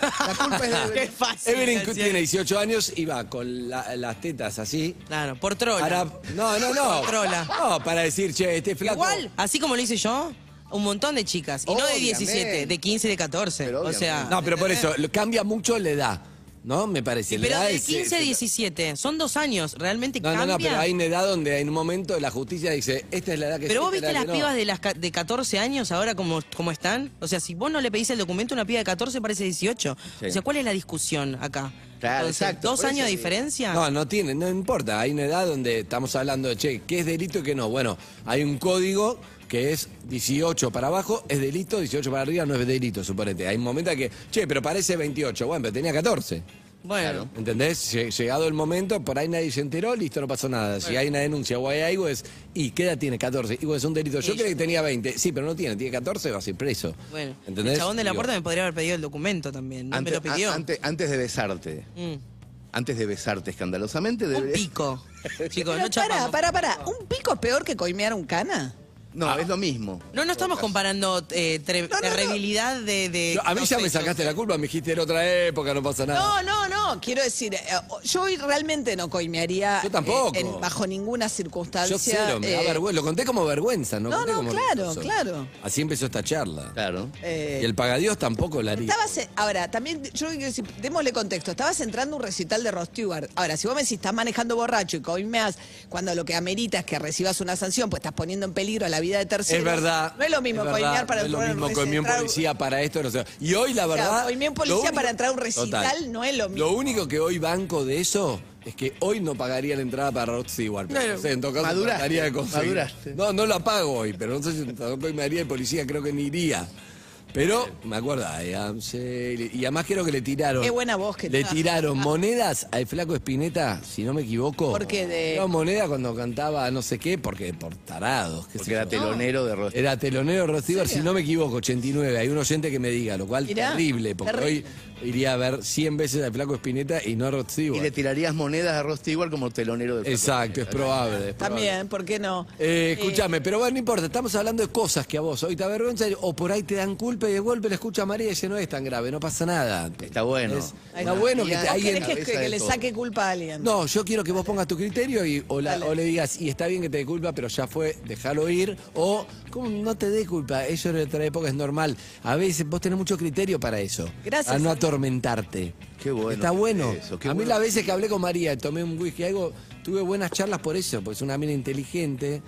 Speaker 9: La culpa es de Evelyn.
Speaker 7: Qué fácil.
Speaker 6: Evelyn
Speaker 7: Graciela.
Speaker 6: tiene 18 años y va con la- las tetas así.
Speaker 7: Claro, por trola.
Speaker 6: Para, no, no, no.
Speaker 7: Trola.
Speaker 6: No, para decir, che, este flaco.
Speaker 7: Igual, así como lo hice yo, un montón de chicas. Y no de
Speaker 9: Obviamente.
Speaker 7: 17, de 15, de 14.
Speaker 9: Pero
Speaker 7: o sea.
Speaker 6: No, pero por eso, lo- cambia mucho la edad. ¿No? Me parece.
Speaker 7: Sí,
Speaker 6: La
Speaker 7: pero
Speaker 6: edad
Speaker 7: de
Speaker 6: es-
Speaker 7: 15 a
Speaker 6: es-
Speaker 7: 17, son dos años, realmente
Speaker 6: No, no,
Speaker 7: cambia.
Speaker 6: no, pero hay una edad donde en un momento la justicia dice, esta es la edad que
Speaker 7: Pero
Speaker 6: sí,
Speaker 7: vos
Speaker 6: esta
Speaker 7: viste
Speaker 6: es la
Speaker 7: las
Speaker 6: que no.
Speaker 7: pibas de las ca- de 14 años ahora como, como están. O sea, si vos no le pedís el documento a una piba de 14 parece 18.
Speaker 9: Sí.
Speaker 7: O sea, ¿cuál es la discusión acá?
Speaker 9: Claro,
Speaker 7: Entonces,
Speaker 9: exacto,
Speaker 7: ¿Dos
Speaker 9: por
Speaker 7: años
Speaker 9: eso
Speaker 7: de
Speaker 9: digo.
Speaker 7: diferencia?
Speaker 6: No, no tiene, no importa. Hay una edad donde estamos hablando de, che, ¿qué es delito y qué no? Bueno, hay un código que es 18 para abajo es delito, 18 para arriba no es delito, suponete. Hay un momento que, che, pero parece 28. Bueno, pero tenía 14.
Speaker 7: bueno,
Speaker 6: ¿Entendés? Lle- Llegado el momento, por ahí nadie se enteró, listo, no pasó nada. Si hay una denuncia o hay algo, es, ¿y qué edad tiene 14? Y bueno, es un delito. Yo creía que tenía 20. Sí, pero no tiene, tiene 14, va a ser preso.
Speaker 7: bueno.
Speaker 6: ¿Entendés?
Speaker 7: El chabón de la
Speaker 6: Digo,
Speaker 7: puerta me podría haber pedido el documento también. No
Speaker 9: Antes,
Speaker 7: me lo pidió.
Speaker 9: a- antes- antes de besarte,
Speaker 7: Mm.
Speaker 9: antes de besarte escandalosamente,
Speaker 7: Un
Speaker 9: debería-
Speaker 7: pico. Chicos, no
Speaker 8: Pero pará,
Speaker 7: chapamos.
Speaker 8: pará, pará. ¿Un pico es peor que coimear un cana?
Speaker 9: No, es lo mismo.
Speaker 7: No, no estamos comparando eh, tre-
Speaker 8: no, no.
Speaker 7: terribilidad de... de-
Speaker 8: Eh,
Speaker 6: yo- a mí
Speaker 7: no
Speaker 6: ya
Speaker 7: sé,
Speaker 6: me
Speaker 7: yo-
Speaker 6: sacaste la culpa, me dijiste en otra época, no pasa nada.
Speaker 8: No, no, no. Quiero decir, eh, yo hoy realmente no coimearía.
Speaker 6: Yo tampoco.
Speaker 8: eh, en- bajo ninguna circunstancia.
Speaker 6: Yo cero, me da
Speaker 8: eh,
Speaker 6: vergüenza. Lo conté como vergüenza, ¿no?
Speaker 8: No,
Speaker 6: Conté
Speaker 8: no,
Speaker 6: como
Speaker 8: claro,
Speaker 6: vergonzoso.
Speaker 8: claro.
Speaker 6: Así empezó esta charla.
Speaker 9: Claro.
Speaker 8: eh,
Speaker 6: Y el pagadiós tampoco la haría.
Speaker 8: Estabas, ahora, también, yo quiero decir, démosle contexto. Estabas entrando a un recital de Rod Stewart. Ahora, si vos me decís, estás manejando borracho y coimeas cuando lo que amerita es que recibas una sanción, pues estás poniendo en peligro la vida de terceros.
Speaker 6: Es verdad.
Speaker 8: No es lo mismo
Speaker 6: es verdad,
Speaker 8: coimear para
Speaker 6: No es lo
Speaker 8: entrar a
Speaker 6: mismo coimear un
Speaker 8: recital.
Speaker 6: policía para esto. No sé. Y hoy, la
Speaker 8: O sea,
Speaker 6: verdad.
Speaker 8: coimear un
Speaker 6: lo
Speaker 8: policía
Speaker 6: único-
Speaker 8: para entrar a un recital
Speaker 6: Total.
Speaker 8: no es lo mismo.
Speaker 6: Lo único que hoy banco de eso es que hoy no pagaría la entrada para Rod Stewart. pero
Speaker 7: Claro.
Speaker 6: no sé, en todo caso,
Speaker 9: Maduraste,
Speaker 6: trataría de conseguir.
Speaker 9: maduraste.
Speaker 6: No, no la pago hoy, pero no sé si tampoco me haría el policía, creo que ni iría. Pero me acuerdo, ay, Amsel, y además creo que le tiraron.
Speaker 8: Qué buena voz que
Speaker 6: Le
Speaker 8: tenés.
Speaker 6: tiraron monedas al flaco Espineta, si no me equivoco.
Speaker 8: ¿Por qué? De-
Speaker 6: No, moneda cuando cantaba no sé qué, porque por tarados. qué sé
Speaker 9: Porque era
Speaker 6: yo.
Speaker 9: telonero de Rostro.
Speaker 6: Era telonero Rostiver, si no me equivoco, 89. Hay un oyente que me diga, lo cual
Speaker 8: Mirá,
Speaker 6: terrible, porque
Speaker 8: terrible.
Speaker 6: hoy iría a ver 100 veces al flaco Espineta y no a Rod Stewart.
Speaker 9: Y le tirarías monedas a Rosti igual como telonero de Flaco
Speaker 6: Exacto, es probable. es probable.
Speaker 8: También, ¿por qué no?
Speaker 6: Eh, escúchame, pero bueno, no importa, estamos hablando de cosas que a vos hoy te avergüenza o por ahí te dan culpa y de golpe le escucha a María y dice, no es tan grave, no pasa nada.
Speaker 9: Está bueno.
Speaker 6: Es-
Speaker 9: Ahí
Speaker 6: está bueno que te-
Speaker 8: ¿Vos
Speaker 6: alguien...
Speaker 8: querés que,
Speaker 9: cabeza
Speaker 8: que
Speaker 9: de
Speaker 8: le
Speaker 9: todo.
Speaker 8: saque culpa a alguien?
Speaker 6: No, yo quiero que vos pongas tu criterio y o, la-
Speaker 8: Dale.
Speaker 6: o le digas, y está bien que te dé culpa, pero ya fue, déjalo ir, o como no te dé culpa, eso en otra época es normal. A veces vos tenés mucho criterio para eso.
Speaker 8: Gracias.
Speaker 6: A no atormentarte.
Speaker 9: Qué bueno
Speaker 6: Está
Speaker 9: que
Speaker 6: bueno.
Speaker 9: es eso, qué
Speaker 6: a mí
Speaker 9: bueno
Speaker 6: las
Speaker 9: que-
Speaker 6: veces que hablé con María, tomé un whisky, algo, tuve buenas charlas por eso, porque es una mina inteligente.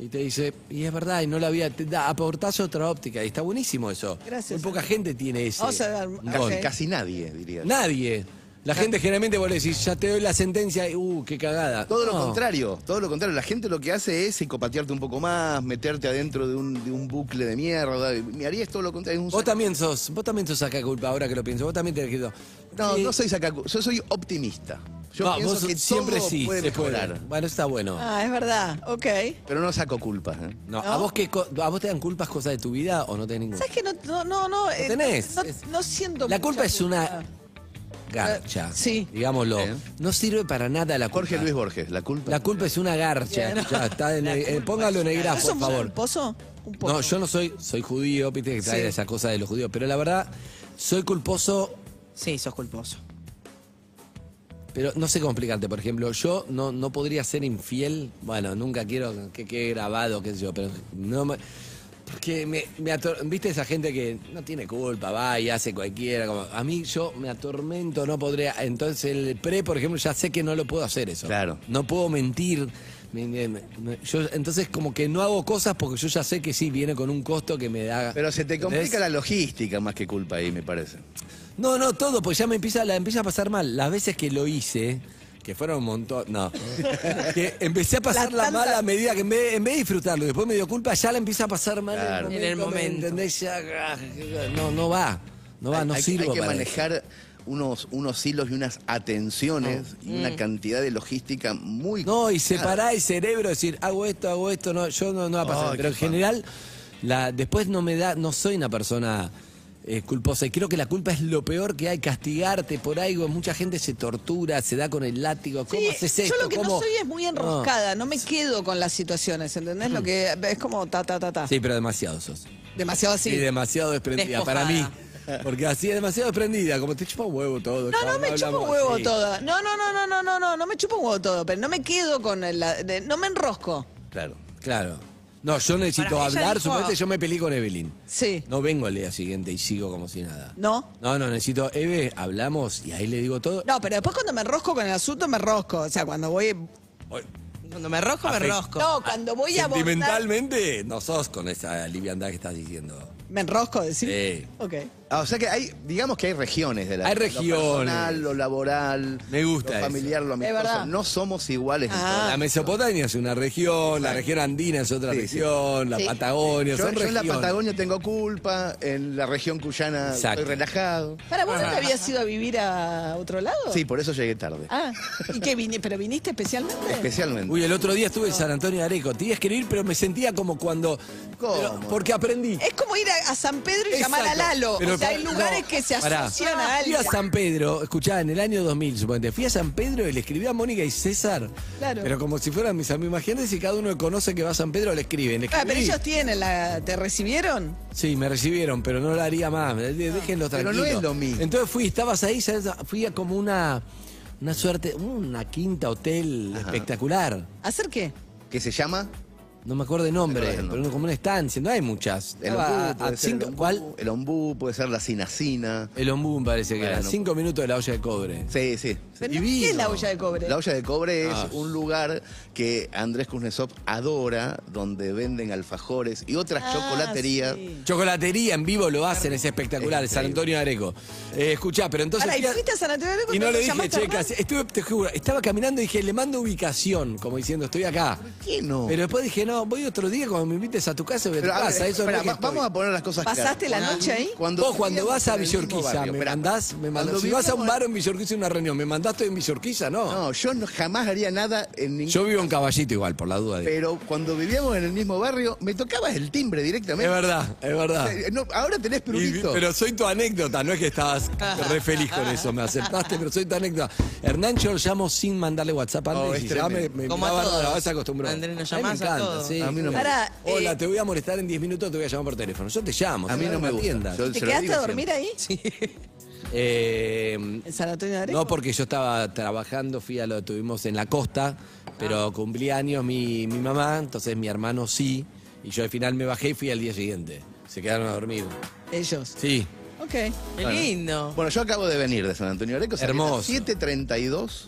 Speaker 6: Y te dice, y es verdad, y no la había, te da, aportás otra óptica, y está buenísimo eso.
Speaker 8: Gracias.
Speaker 6: Muy poca gente tiene ese.
Speaker 8: Vamos a dar-
Speaker 9: Casi,
Speaker 8: Ok.
Speaker 9: casi nadie, diría.
Speaker 6: Nadie. La gente generalmente vos le decís, ya te doy la sentencia, y, uh, qué cagada.
Speaker 9: Todo lo
Speaker 6: No.
Speaker 9: contrario, todo lo contrario. La gente lo que hace es psicopatearte un poco más, meterte adentro de un, de un bucle de mierda. Mi haría es todo lo contrario. es un
Speaker 6: Vos también sos, vos también sos saca culpa ahora que lo pienso, vos también tenés que.
Speaker 9: No,
Speaker 6: Eh,
Speaker 9: no soy sacacu, yo soy optimista. Yo
Speaker 6: va,
Speaker 9: pienso
Speaker 6: vos
Speaker 9: que
Speaker 6: siempre
Speaker 9: todo
Speaker 6: sí,
Speaker 9: puede
Speaker 6: se puede.
Speaker 9: mejorar,
Speaker 6: Bueno, está bueno.
Speaker 8: Ah, es verdad. Ok.
Speaker 9: pero no saco culpas. ¿eh?
Speaker 6: No, ¿A, vos qué, co- ¿A vos te dan culpas cosas de tu vida o no tenés ninguna?
Speaker 8: ¿Sabes que no, no, no, no, eh,
Speaker 6: tenés.
Speaker 8: no,
Speaker 6: Es-
Speaker 8: no siento
Speaker 6: La
Speaker 8: mucha Ah.
Speaker 6: culpa es una garcha.
Speaker 8: Sí.
Speaker 6: Digámoslo.
Speaker 9: Eh.
Speaker 6: No sirve para nada la culpa.
Speaker 9: Jorge Luis Borges, la culpa.
Speaker 6: La culpa es una garcha. Ya, está en el- eh, póngalo en el
Speaker 8: ¿No
Speaker 6: grafo, por
Speaker 8: somos un
Speaker 6: favor.
Speaker 8: pozo? Un pozo.
Speaker 6: No, yo no soy, soy judío, viste que trae
Speaker 8: Sí.
Speaker 6: esa cosa de los judíos, pero la verdad, soy culposo
Speaker 7: Sí, sos culposo.
Speaker 6: Pero no sé cómo explicarte, por ejemplo, yo no, no podría ser infiel, bueno, nunca quiero que quede grabado, qué sé yo, pero no me... Porque me, me ator- viste esa gente que no tiene culpa, va y hace cualquiera, como, a mí yo me atormento, no podría, entonces el pre, por ejemplo, ya sé que no lo puedo hacer eso.
Speaker 9: Claro.
Speaker 6: No puedo mentir. me- me- me- yo, entonces como que no hago cosas porque yo ya sé que sí viene con un costo que me da.
Speaker 9: Pero se te complica
Speaker 6: ¿entendés?
Speaker 9: la logística más que culpa ahí, me parece.
Speaker 6: No, no, todo, pues ya me empieza, la empieza a pasar mal. Las veces que lo hice, que fueron un montón, no. que empecé a pasar la
Speaker 8: Las tantas-
Speaker 6: mala medida que en vez, en vez de disfrutarlo, después me dio culpa, ya la empieza a pasar mal
Speaker 9: Claro.
Speaker 6: en
Speaker 7: En el
Speaker 6: el momento. ¿me
Speaker 7: momento.
Speaker 6: entendés? Ya, ah, no, no va. No va, Ah, no
Speaker 9: hay, hay-
Speaker 6: sirvo
Speaker 9: Hay que
Speaker 6: para
Speaker 9: manejar unos, unos hilos y unas atenciones y
Speaker 8: Mm.
Speaker 9: una cantidad de logística muy.
Speaker 6: eso. Ah. No, y
Speaker 9: complicada.
Speaker 6: separar el cerebro, decir, hago esto, hago esto, no, yo no, no va a pasar.
Speaker 9: Ay,
Speaker 6: Pero en
Speaker 9: qué fan.
Speaker 6: general, la, después no me da, no soy una persona eh, culposa. Y creo que la culpa es lo peor que hay, castigarte por algo. Mucha gente se tortura, se da con el látigo. ¿Cómo
Speaker 8: Sí,
Speaker 6: haces esto?
Speaker 8: Yo lo que
Speaker 6: ¿Cómo?
Speaker 8: no soy es muy
Speaker 6: No. Mm.
Speaker 8: enroscada, no, me quedo con las situaciones, ¿entendés? Lo que es como ta, ta, ta, ta.
Speaker 6: Sí, pero demasiado sos.
Speaker 8: Demasiado así.
Speaker 6: Sí, demasiado desprendida
Speaker 7: Despojada.
Speaker 6: para mí. Porque así es demasiado desprendida, como te chupa un huevo todo.
Speaker 8: No,
Speaker 6: chabón,
Speaker 8: no me chupo
Speaker 6: hablamos
Speaker 8: huevo
Speaker 6: así.
Speaker 8: todo. No, no, no, no, no, no, no, no me chupo huevo todo, pero no me quedo con el, la- de- no me enrosco.
Speaker 9: Claro.
Speaker 6: Claro. No, yo necesito
Speaker 7: Para, ella
Speaker 6: hablar,
Speaker 7: dijo-
Speaker 6: suponete yo me peleé con Evelyn.
Speaker 8: Sí.
Speaker 6: No vengo al día siguiente y sigo como si nada.
Speaker 8: ¿No?
Speaker 6: No, no, necesito, Eve, hablamos y ahí le digo todo.
Speaker 8: No, pero después cuando me enrosco con el asunto me enrosco, o sea, cuando voy
Speaker 7: Cuando me rosco, me
Speaker 6: Afecto.
Speaker 7: rosco.
Speaker 8: No, cuando voy a abordar
Speaker 6: Sentimentalmente no sos con esa liviandad que estás diciendo.
Speaker 8: me enrosco, decís.
Speaker 6: Sí.
Speaker 8: Ok.
Speaker 9: Ah, o sea que hay, digamos que hay regiones de la
Speaker 6: Hay
Speaker 9: lo
Speaker 6: regiones.
Speaker 9: personal, lo laboral,
Speaker 6: Me gusta
Speaker 9: lo
Speaker 6: eso.
Speaker 9: familiar, lo amistoso.
Speaker 8: verdad.
Speaker 9: No somos iguales. en
Speaker 8: Ah.
Speaker 9: todo.
Speaker 6: La Mesopotamia es una región, la región andina es otra
Speaker 9: Sí, sí.
Speaker 6: región, la
Speaker 8: Sí.
Speaker 6: Patagonia,
Speaker 9: Yo,
Speaker 6: son
Speaker 9: yo en la
Speaker 6: regiones.
Speaker 9: Patagonia tengo culpa, en la región cuyana
Speaker 6: Exacto.
Speaker 9: estoy relajado.
Speaker 8: ¿Para vos
Speaker 6: Ah.
Speaker 8: no te habías ido a vivir a otro lado?
Speaker 9: Sí, por eso llegué tarde.
Speaker 8: Ah, ¿y qué vine? ¿Pero viniste especialmente?
Speaker 9: Especialmente.
Speaker 6: Uy, el otro día estuve en San Antonio de Areco. Te iba a escribir, pero me sentía como cuando.
Speaker 9: ¿Cómo?
Speaker 6: pero- porque aprendí.
Speaker 8: Es como ir a, a San Pedro y llamar a
Speaker 6: Exacto.
Speaker 8: Lalo.
Speaker 6: Pero
Speaker 8: o sea, hay
Speaker 6: pará,
Speaker 8: lugares
Speaker 6: no,
Speaker 8: que se
Speaker 6: pará. Ah,
Speaker 8: asocian a
Speaker 6: Fui
Speaker 8: alguien.
Speaker 6: a San Pedro, escuchá, en el año 2000, suponete. Fui a San Pedro y le escribí a Mónica y César.
Speaker 8: Claro.
Speaker 6: Pero como si fueran mis amigos. Imagínate si cada uno que conoce que va a San Pedro le escriben. Le
Speaker 8: Ah, pero
Speaker 6: escribí.
Speaker 8: ellos tienen la. ¿Te recibieron?
Speaker 6: Sí, me recibieron, pero no lo haría más. me- de- Déjenlo
Speaker 9: Pero no
Speaker 6: tranquilo.
Speaker 9: es lo mismo.
Speaker 6: Entonces fui, estabas ahí, ¿sabes? fui a como una. Una suerte, una quinta hotel espectacular.
Speaker 8: ¿Hacer qué?
Speaker 9: Que se llama
Speaker 6: No me acuerdo el
Speaker 9: No
Speaker 6: nombre,
Speaker 9: me acuerdo el
Speaker 6: pero
Speaker 9: nombre.
Speaker 6: como una estancia, no hay muchas.
Speaker 9: el
Speaker 6: Estaba
Speaker 9: ombú, puede
Speaker 6: a
Speaker 9: ser el
Speaker 6: cinco-
Speaker 9: ombú,
Speaker 6: ¿Cuál?
Speaker 9: el ombú, puede ser la sinacina.
Speaker 6: El ombú me parece que era.
Speaker 9: Bueno.
Speaker 6: Cinco minutos de la olla de cobre.
Speaker 9: Sí, sí.
Speaker 8: Pero no,
Speaker 6: Divino.
Speaker 8: ¿Qué es la olla de cobre?
Speaker 9: La olla de cobre es
Speaker 6: Ah.
Speaker 9: un lugar que Andrés Kuznetsov adora, donde venden alfajores y otras
Speaker 8: Ah,
Speaker 9: chocolaterías.
Speaker 8: sí.
Speaker 6: Chocolatería en vivo lo hacen, es espectacular, el San Antonio de Areco. Eh, escuchá, pero entonces.
Speaker 8: Pará, ¿y fuiste a San Antonio de Areco
Speaker 6: Y no
Speaker 8: y
Speaker 6: le
Speaker 8: te
Speaker 6: dije,
Speaker 8: llamaste a
Speaker 6: che,
Speaker 8: Hernán?
Speaker 6: casi- estuve, te juro, estaba caminando y dije, le mando ubicación, como diciendo, estoy acá.
Speaker 9: ¿Qué no?
Speaker 6: Pero después dije, no, voy otro día cuando me invites a tu casa, voy a tu
Speaker 9: Pero, a ver,
Speaker 6: casa. Eso no
Speaker 9: espera,
Speaker 6: es que
Speaker 9: va-
Speaker 6: estoy.
Speaker 9: vamos a poner las cosas claras.
Speaker 8: ¿Pasaste la noche ahí?
Speaker 6: Vos cuando
Speaker 9: vivíamos
Speaker 6: vas a
Speaker 9: en el mismo
Speaker 6: Villorquiza,
Speaker 9: barrio,
Speaker 6: me
Speaker 9: espera,
Speaker 6: mandás, me mandás.
Speaker 9: cuando
Speaker 6: si vas a un
Speaker 9: vivíamos
Speaker 6: bar en Villorquiza una reunión, ¿me mandaste en Villorquiza? No.
Speaker 9: en- No, yo no- jamás haría nada en ningún...
Speaker 6: Yo vivo en Caballito igual, por la duda. digo.
Speaker 9: Pero cuando vivíamos en el mismo barrio, me tocabas el timbre
Speaker 6: Es
Speaker 9: directamente.
Speaker 6: verdad, es verdad.
Speaker 9: Eh, no, ahora tenés
Speaker 6: Y-
Speaker 9: prurito.
Speaker 6: pero soy tu anécdota, no es que estabas re feliz con eso, me aceptaste, pero soy tu anécdota. Hernán, yo lo llamo sin mandarle WhatsApp antes.
Speaker 9: Oh, es
Speaker 6: y ya me,
Speaker 9: tremendo.
Speaker 6: me,
Speaker 7: Como
Speaker 6: me
Speaker 7: a
Speaker 6: va a dar
Speaker 7: todos.
Speaker 6: la vas acostumbrado.
Speaker 7: Andrés, nos
Speaker 6: A mí me
Speaker 7: llamás a
Speaker 6: encanta,
Speaker 7: todos.
Speaker 6: sí.
Speaker 9: A mí no me-
Speaker 8: Pará,
Speaker 6: Hola,
Speaker 8: eh,
Speaker 6: te voy a molestar en 10 minutos, te voy a llamar por teléfono. Yo te llamo.
Speaker 9: a mí no me gusta. Yo
Speaker 8: ¿Te
Speaker 9: se lo
Speaker 8: quedaste
Speaker 9: digo
Speaker 8: a dormir
Speaker 9: siempre.
Speaker 8: ahí?
Speaker 6: Eh,
Speaker 8: ¿En San Antonio de Areco?
Speaker 6: No, porque yo estaba trabajando, fui a lo tuvimos en la costa,
Speaker 7: Ah.
Speaker 6: pero cumplí años mi, mi mamá, entonces mi hermano sí, y yo al final me bajé y fui al día siguiente. Se quedaron a dormir.
Speaker 8: Ellos.
Speaker 6: Sí,
Speaker 8: Ok.
Speaker 7: Qué lindo.
Speaker 9: Bueno, yo acabo de venir de San Antonio de Areco. salí a las
Speaker 6: Hermoso.
Speaker 9: 7.32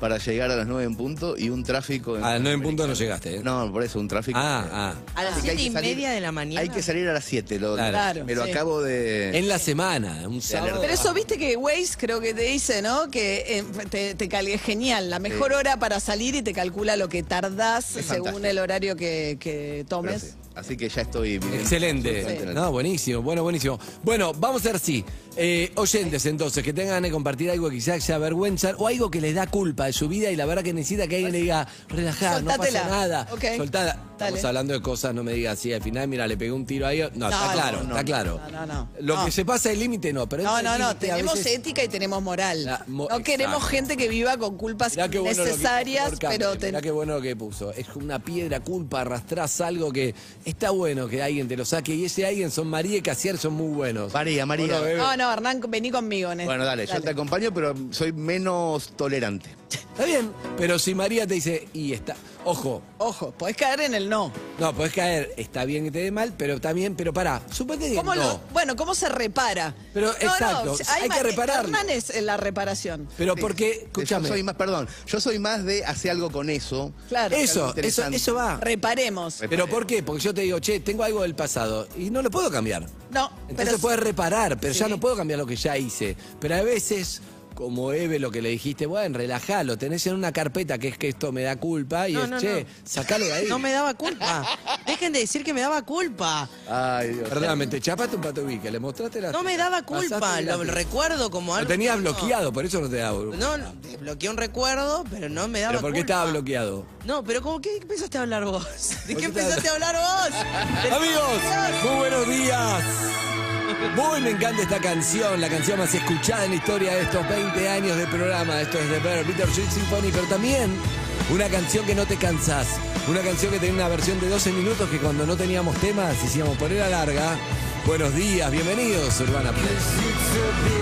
Speaker 9: para llegar a las 9 en punto y un tráfico...
Speaker 6: a las nueve en punto no llegaste. ¿eh?
Speaker 9: No, por eso, un tráfico...
Speaker 6: Ah, ah.
Speaker 7: A las
Speaker 9: Así que hay
Speaker 7: siete y
Speaker 9: que salir-
Speaker 7: media de la mañana.
Speaker 9: Hay que salir a las 7. Lo,
Speaker 6: Claro.
Speaker 8: Claro,
Speaker 9: me lo
Speaker 8: sí.
Speaker 9: acabo de...
Speaker 6: En la semana, un sábado.
Speaker 8: Pero eso viste que Waze creo que te dice, ¿no? Que eh, te, te cal- es genial, la mejor hora para salir y te calcula lo que tardás
Speaker 9: Es
Speaker 8: según
Speaker 9: fantástico.
Speaker 8: el horario que, que
Speaker 9: Pero
Speaker 8: tomes.
Speaker 9: sí, Así que ya estoy... viviendo absolutamente en
Speaker 6: Excelente.
Speaker 9: el-
Speaker 6: No, buenísimo, bueno, buenísimo. Bueno, vamos a ver si eh, oyentes entonces que tengan ganas de compartir algo que quizás se avergüenzan o algo que les da culpa de su vida y la verdad que necesita que alguien le diga, relajá, no pasa
Speaker 8: Soltátela.
Speaker 6: nada.
Speaker 8: Ok.
Speaker 6: Soltada.
Speaker 8: Dale.
Speaker 6: Estamos hablando de cosas, no me digas sí, al final, mira, le pegué un tiro ahí. No, está
Speaker 8: no,
Speaker 6: claro,
Speaker 8: no,
Speaker 6: está claro.
Speaker 8: No, no, no.
Speaker 6: Lo
Speaker 8: No.
Speaker 6: que se pasa el límite no, pero
Speaker 8: No,
Speaker 6: ese
Speaker 8: no, no,
Speaker 6: límite a
Speaker 8: tenemos
Speaker 6: veces-
Speaker 8: ética y tenemos moral.
Speaker 6: La mo-
Speaker 8: no queremos
Speaker 6: Exacto.
Speaker 8: gente que viva con culpas
Speaker 6: Mirá qué bueno lo que puso
Speaker 8: necesarias,
Speaker 6: Flor Campbell,
Speaker 8: pero... ten-
Speaker 6: mirá qué bueno lo que puso. Es una piedra culpa, arrastrás algo que está bueno que alguien te lo saque. Y ese alguien son María y Casier, son muy buenos.
Speaker 9: María, María.
Speaker 6: Hola, bebé.
Speaker 8: No, no, Hernán, vení conmigo en esto.
Speaker 9: Bueno, dale, yo te acompaño, pero soy menos tolerante.
Speaker 6: Está bien, pero si María te dice, y está. Ojo,
Speaker 8: Ojo, podés caer en el no.
Speaker 6: no, podés caer, está bien que te dé mal, pero también, pero pará, suponete que
Speaker 8: ¿Cómo
Speaker 6: no.
Speaker 8: lo- bueno, ¿cómo se repara?
Speaker 6: Pero, exacto, hay que
Speaker 8: ma-
Speaker 6: repararlo.
Speaker 8: Hernán es eh, la reparación.
Speaker 6: Pero porque,
Speaker 9: Yo soy
Speaker 6: escúchame.
Speaker 9: más, perdón, yo soy más de hacer algo con eso.
Speaker 8: Claro.
Speaker 6: Eso, eso,
Speaker 9: Interesante.
Speaker 6: eso va.
Speaker 8: Reparemos.
Speaker 6: ¿Pero por qué? Porque yo te digo, che, tengo algo del pasado y no lo puedo cambiar.
Speaker 8: No,
Speaker 6: Entonces
Speaker 8: pero
Speaker 6: puedes reparar, pero ya
Speaker 8: Sí.
Speaker 6: no puedo cambiar lo que ya hice. Pero a veces, como Eve lo que le dijiste, bueno, relajalo, tenés en una carpeta que es que esto me da culpa y
Speaker 7: No,
Speaker 6: es,
Speaker 7: no,
Speaker 6: che,
Speaker 7: no.
Speaker 6: sacalo de ahí.
Speaker 7: No me daba culpa. Dejen de decir que me daba culpa.
Speaker 9: Ay, Dios.
Speaker 6: Perdón, me te chapaste un pato bique, le mostraste la...
Speaker 7: No me daba culpa.
Speaker 6: pasaste la-
Speaker 7: Lo recuerdo como
Speaker 6: Lo
Speaker 7: algo.
Speaker 6: tenías
Speaker 7: no.
Speaker 6: bloqueado, por eso no te daba culpa.
Speaker 7: No, no, bloqueé un recuerdo, pero no me daba
Speaker 6: ¿Pero por qué
Speaker 7: culpa.
Speaker 6: estaba bloqueado?
Speaker 7: No, pero ¿cómo qué empezaste a hablar vos? ¿De
Speaker 6: ¿Por
Speaker 7: qué
Speaker 6: qué
Speaker 7: empezaste
Speaker 6: estaba-
Speaker 7: a hablar vos? Del-
Speaker 6: Amigos, muy buenos días. Muy me encanta esta canción, la canción más escuchada en la historia de estos 20 años de programa. Esto es de Peter Peter Schiff Symphony, pero también una canción que no te cansás. Una canción que tenía una versión de 12 minutos que cuando no teníamos temas decíamos poner a larga. Buenos días, bienvenidos, Urbana Play.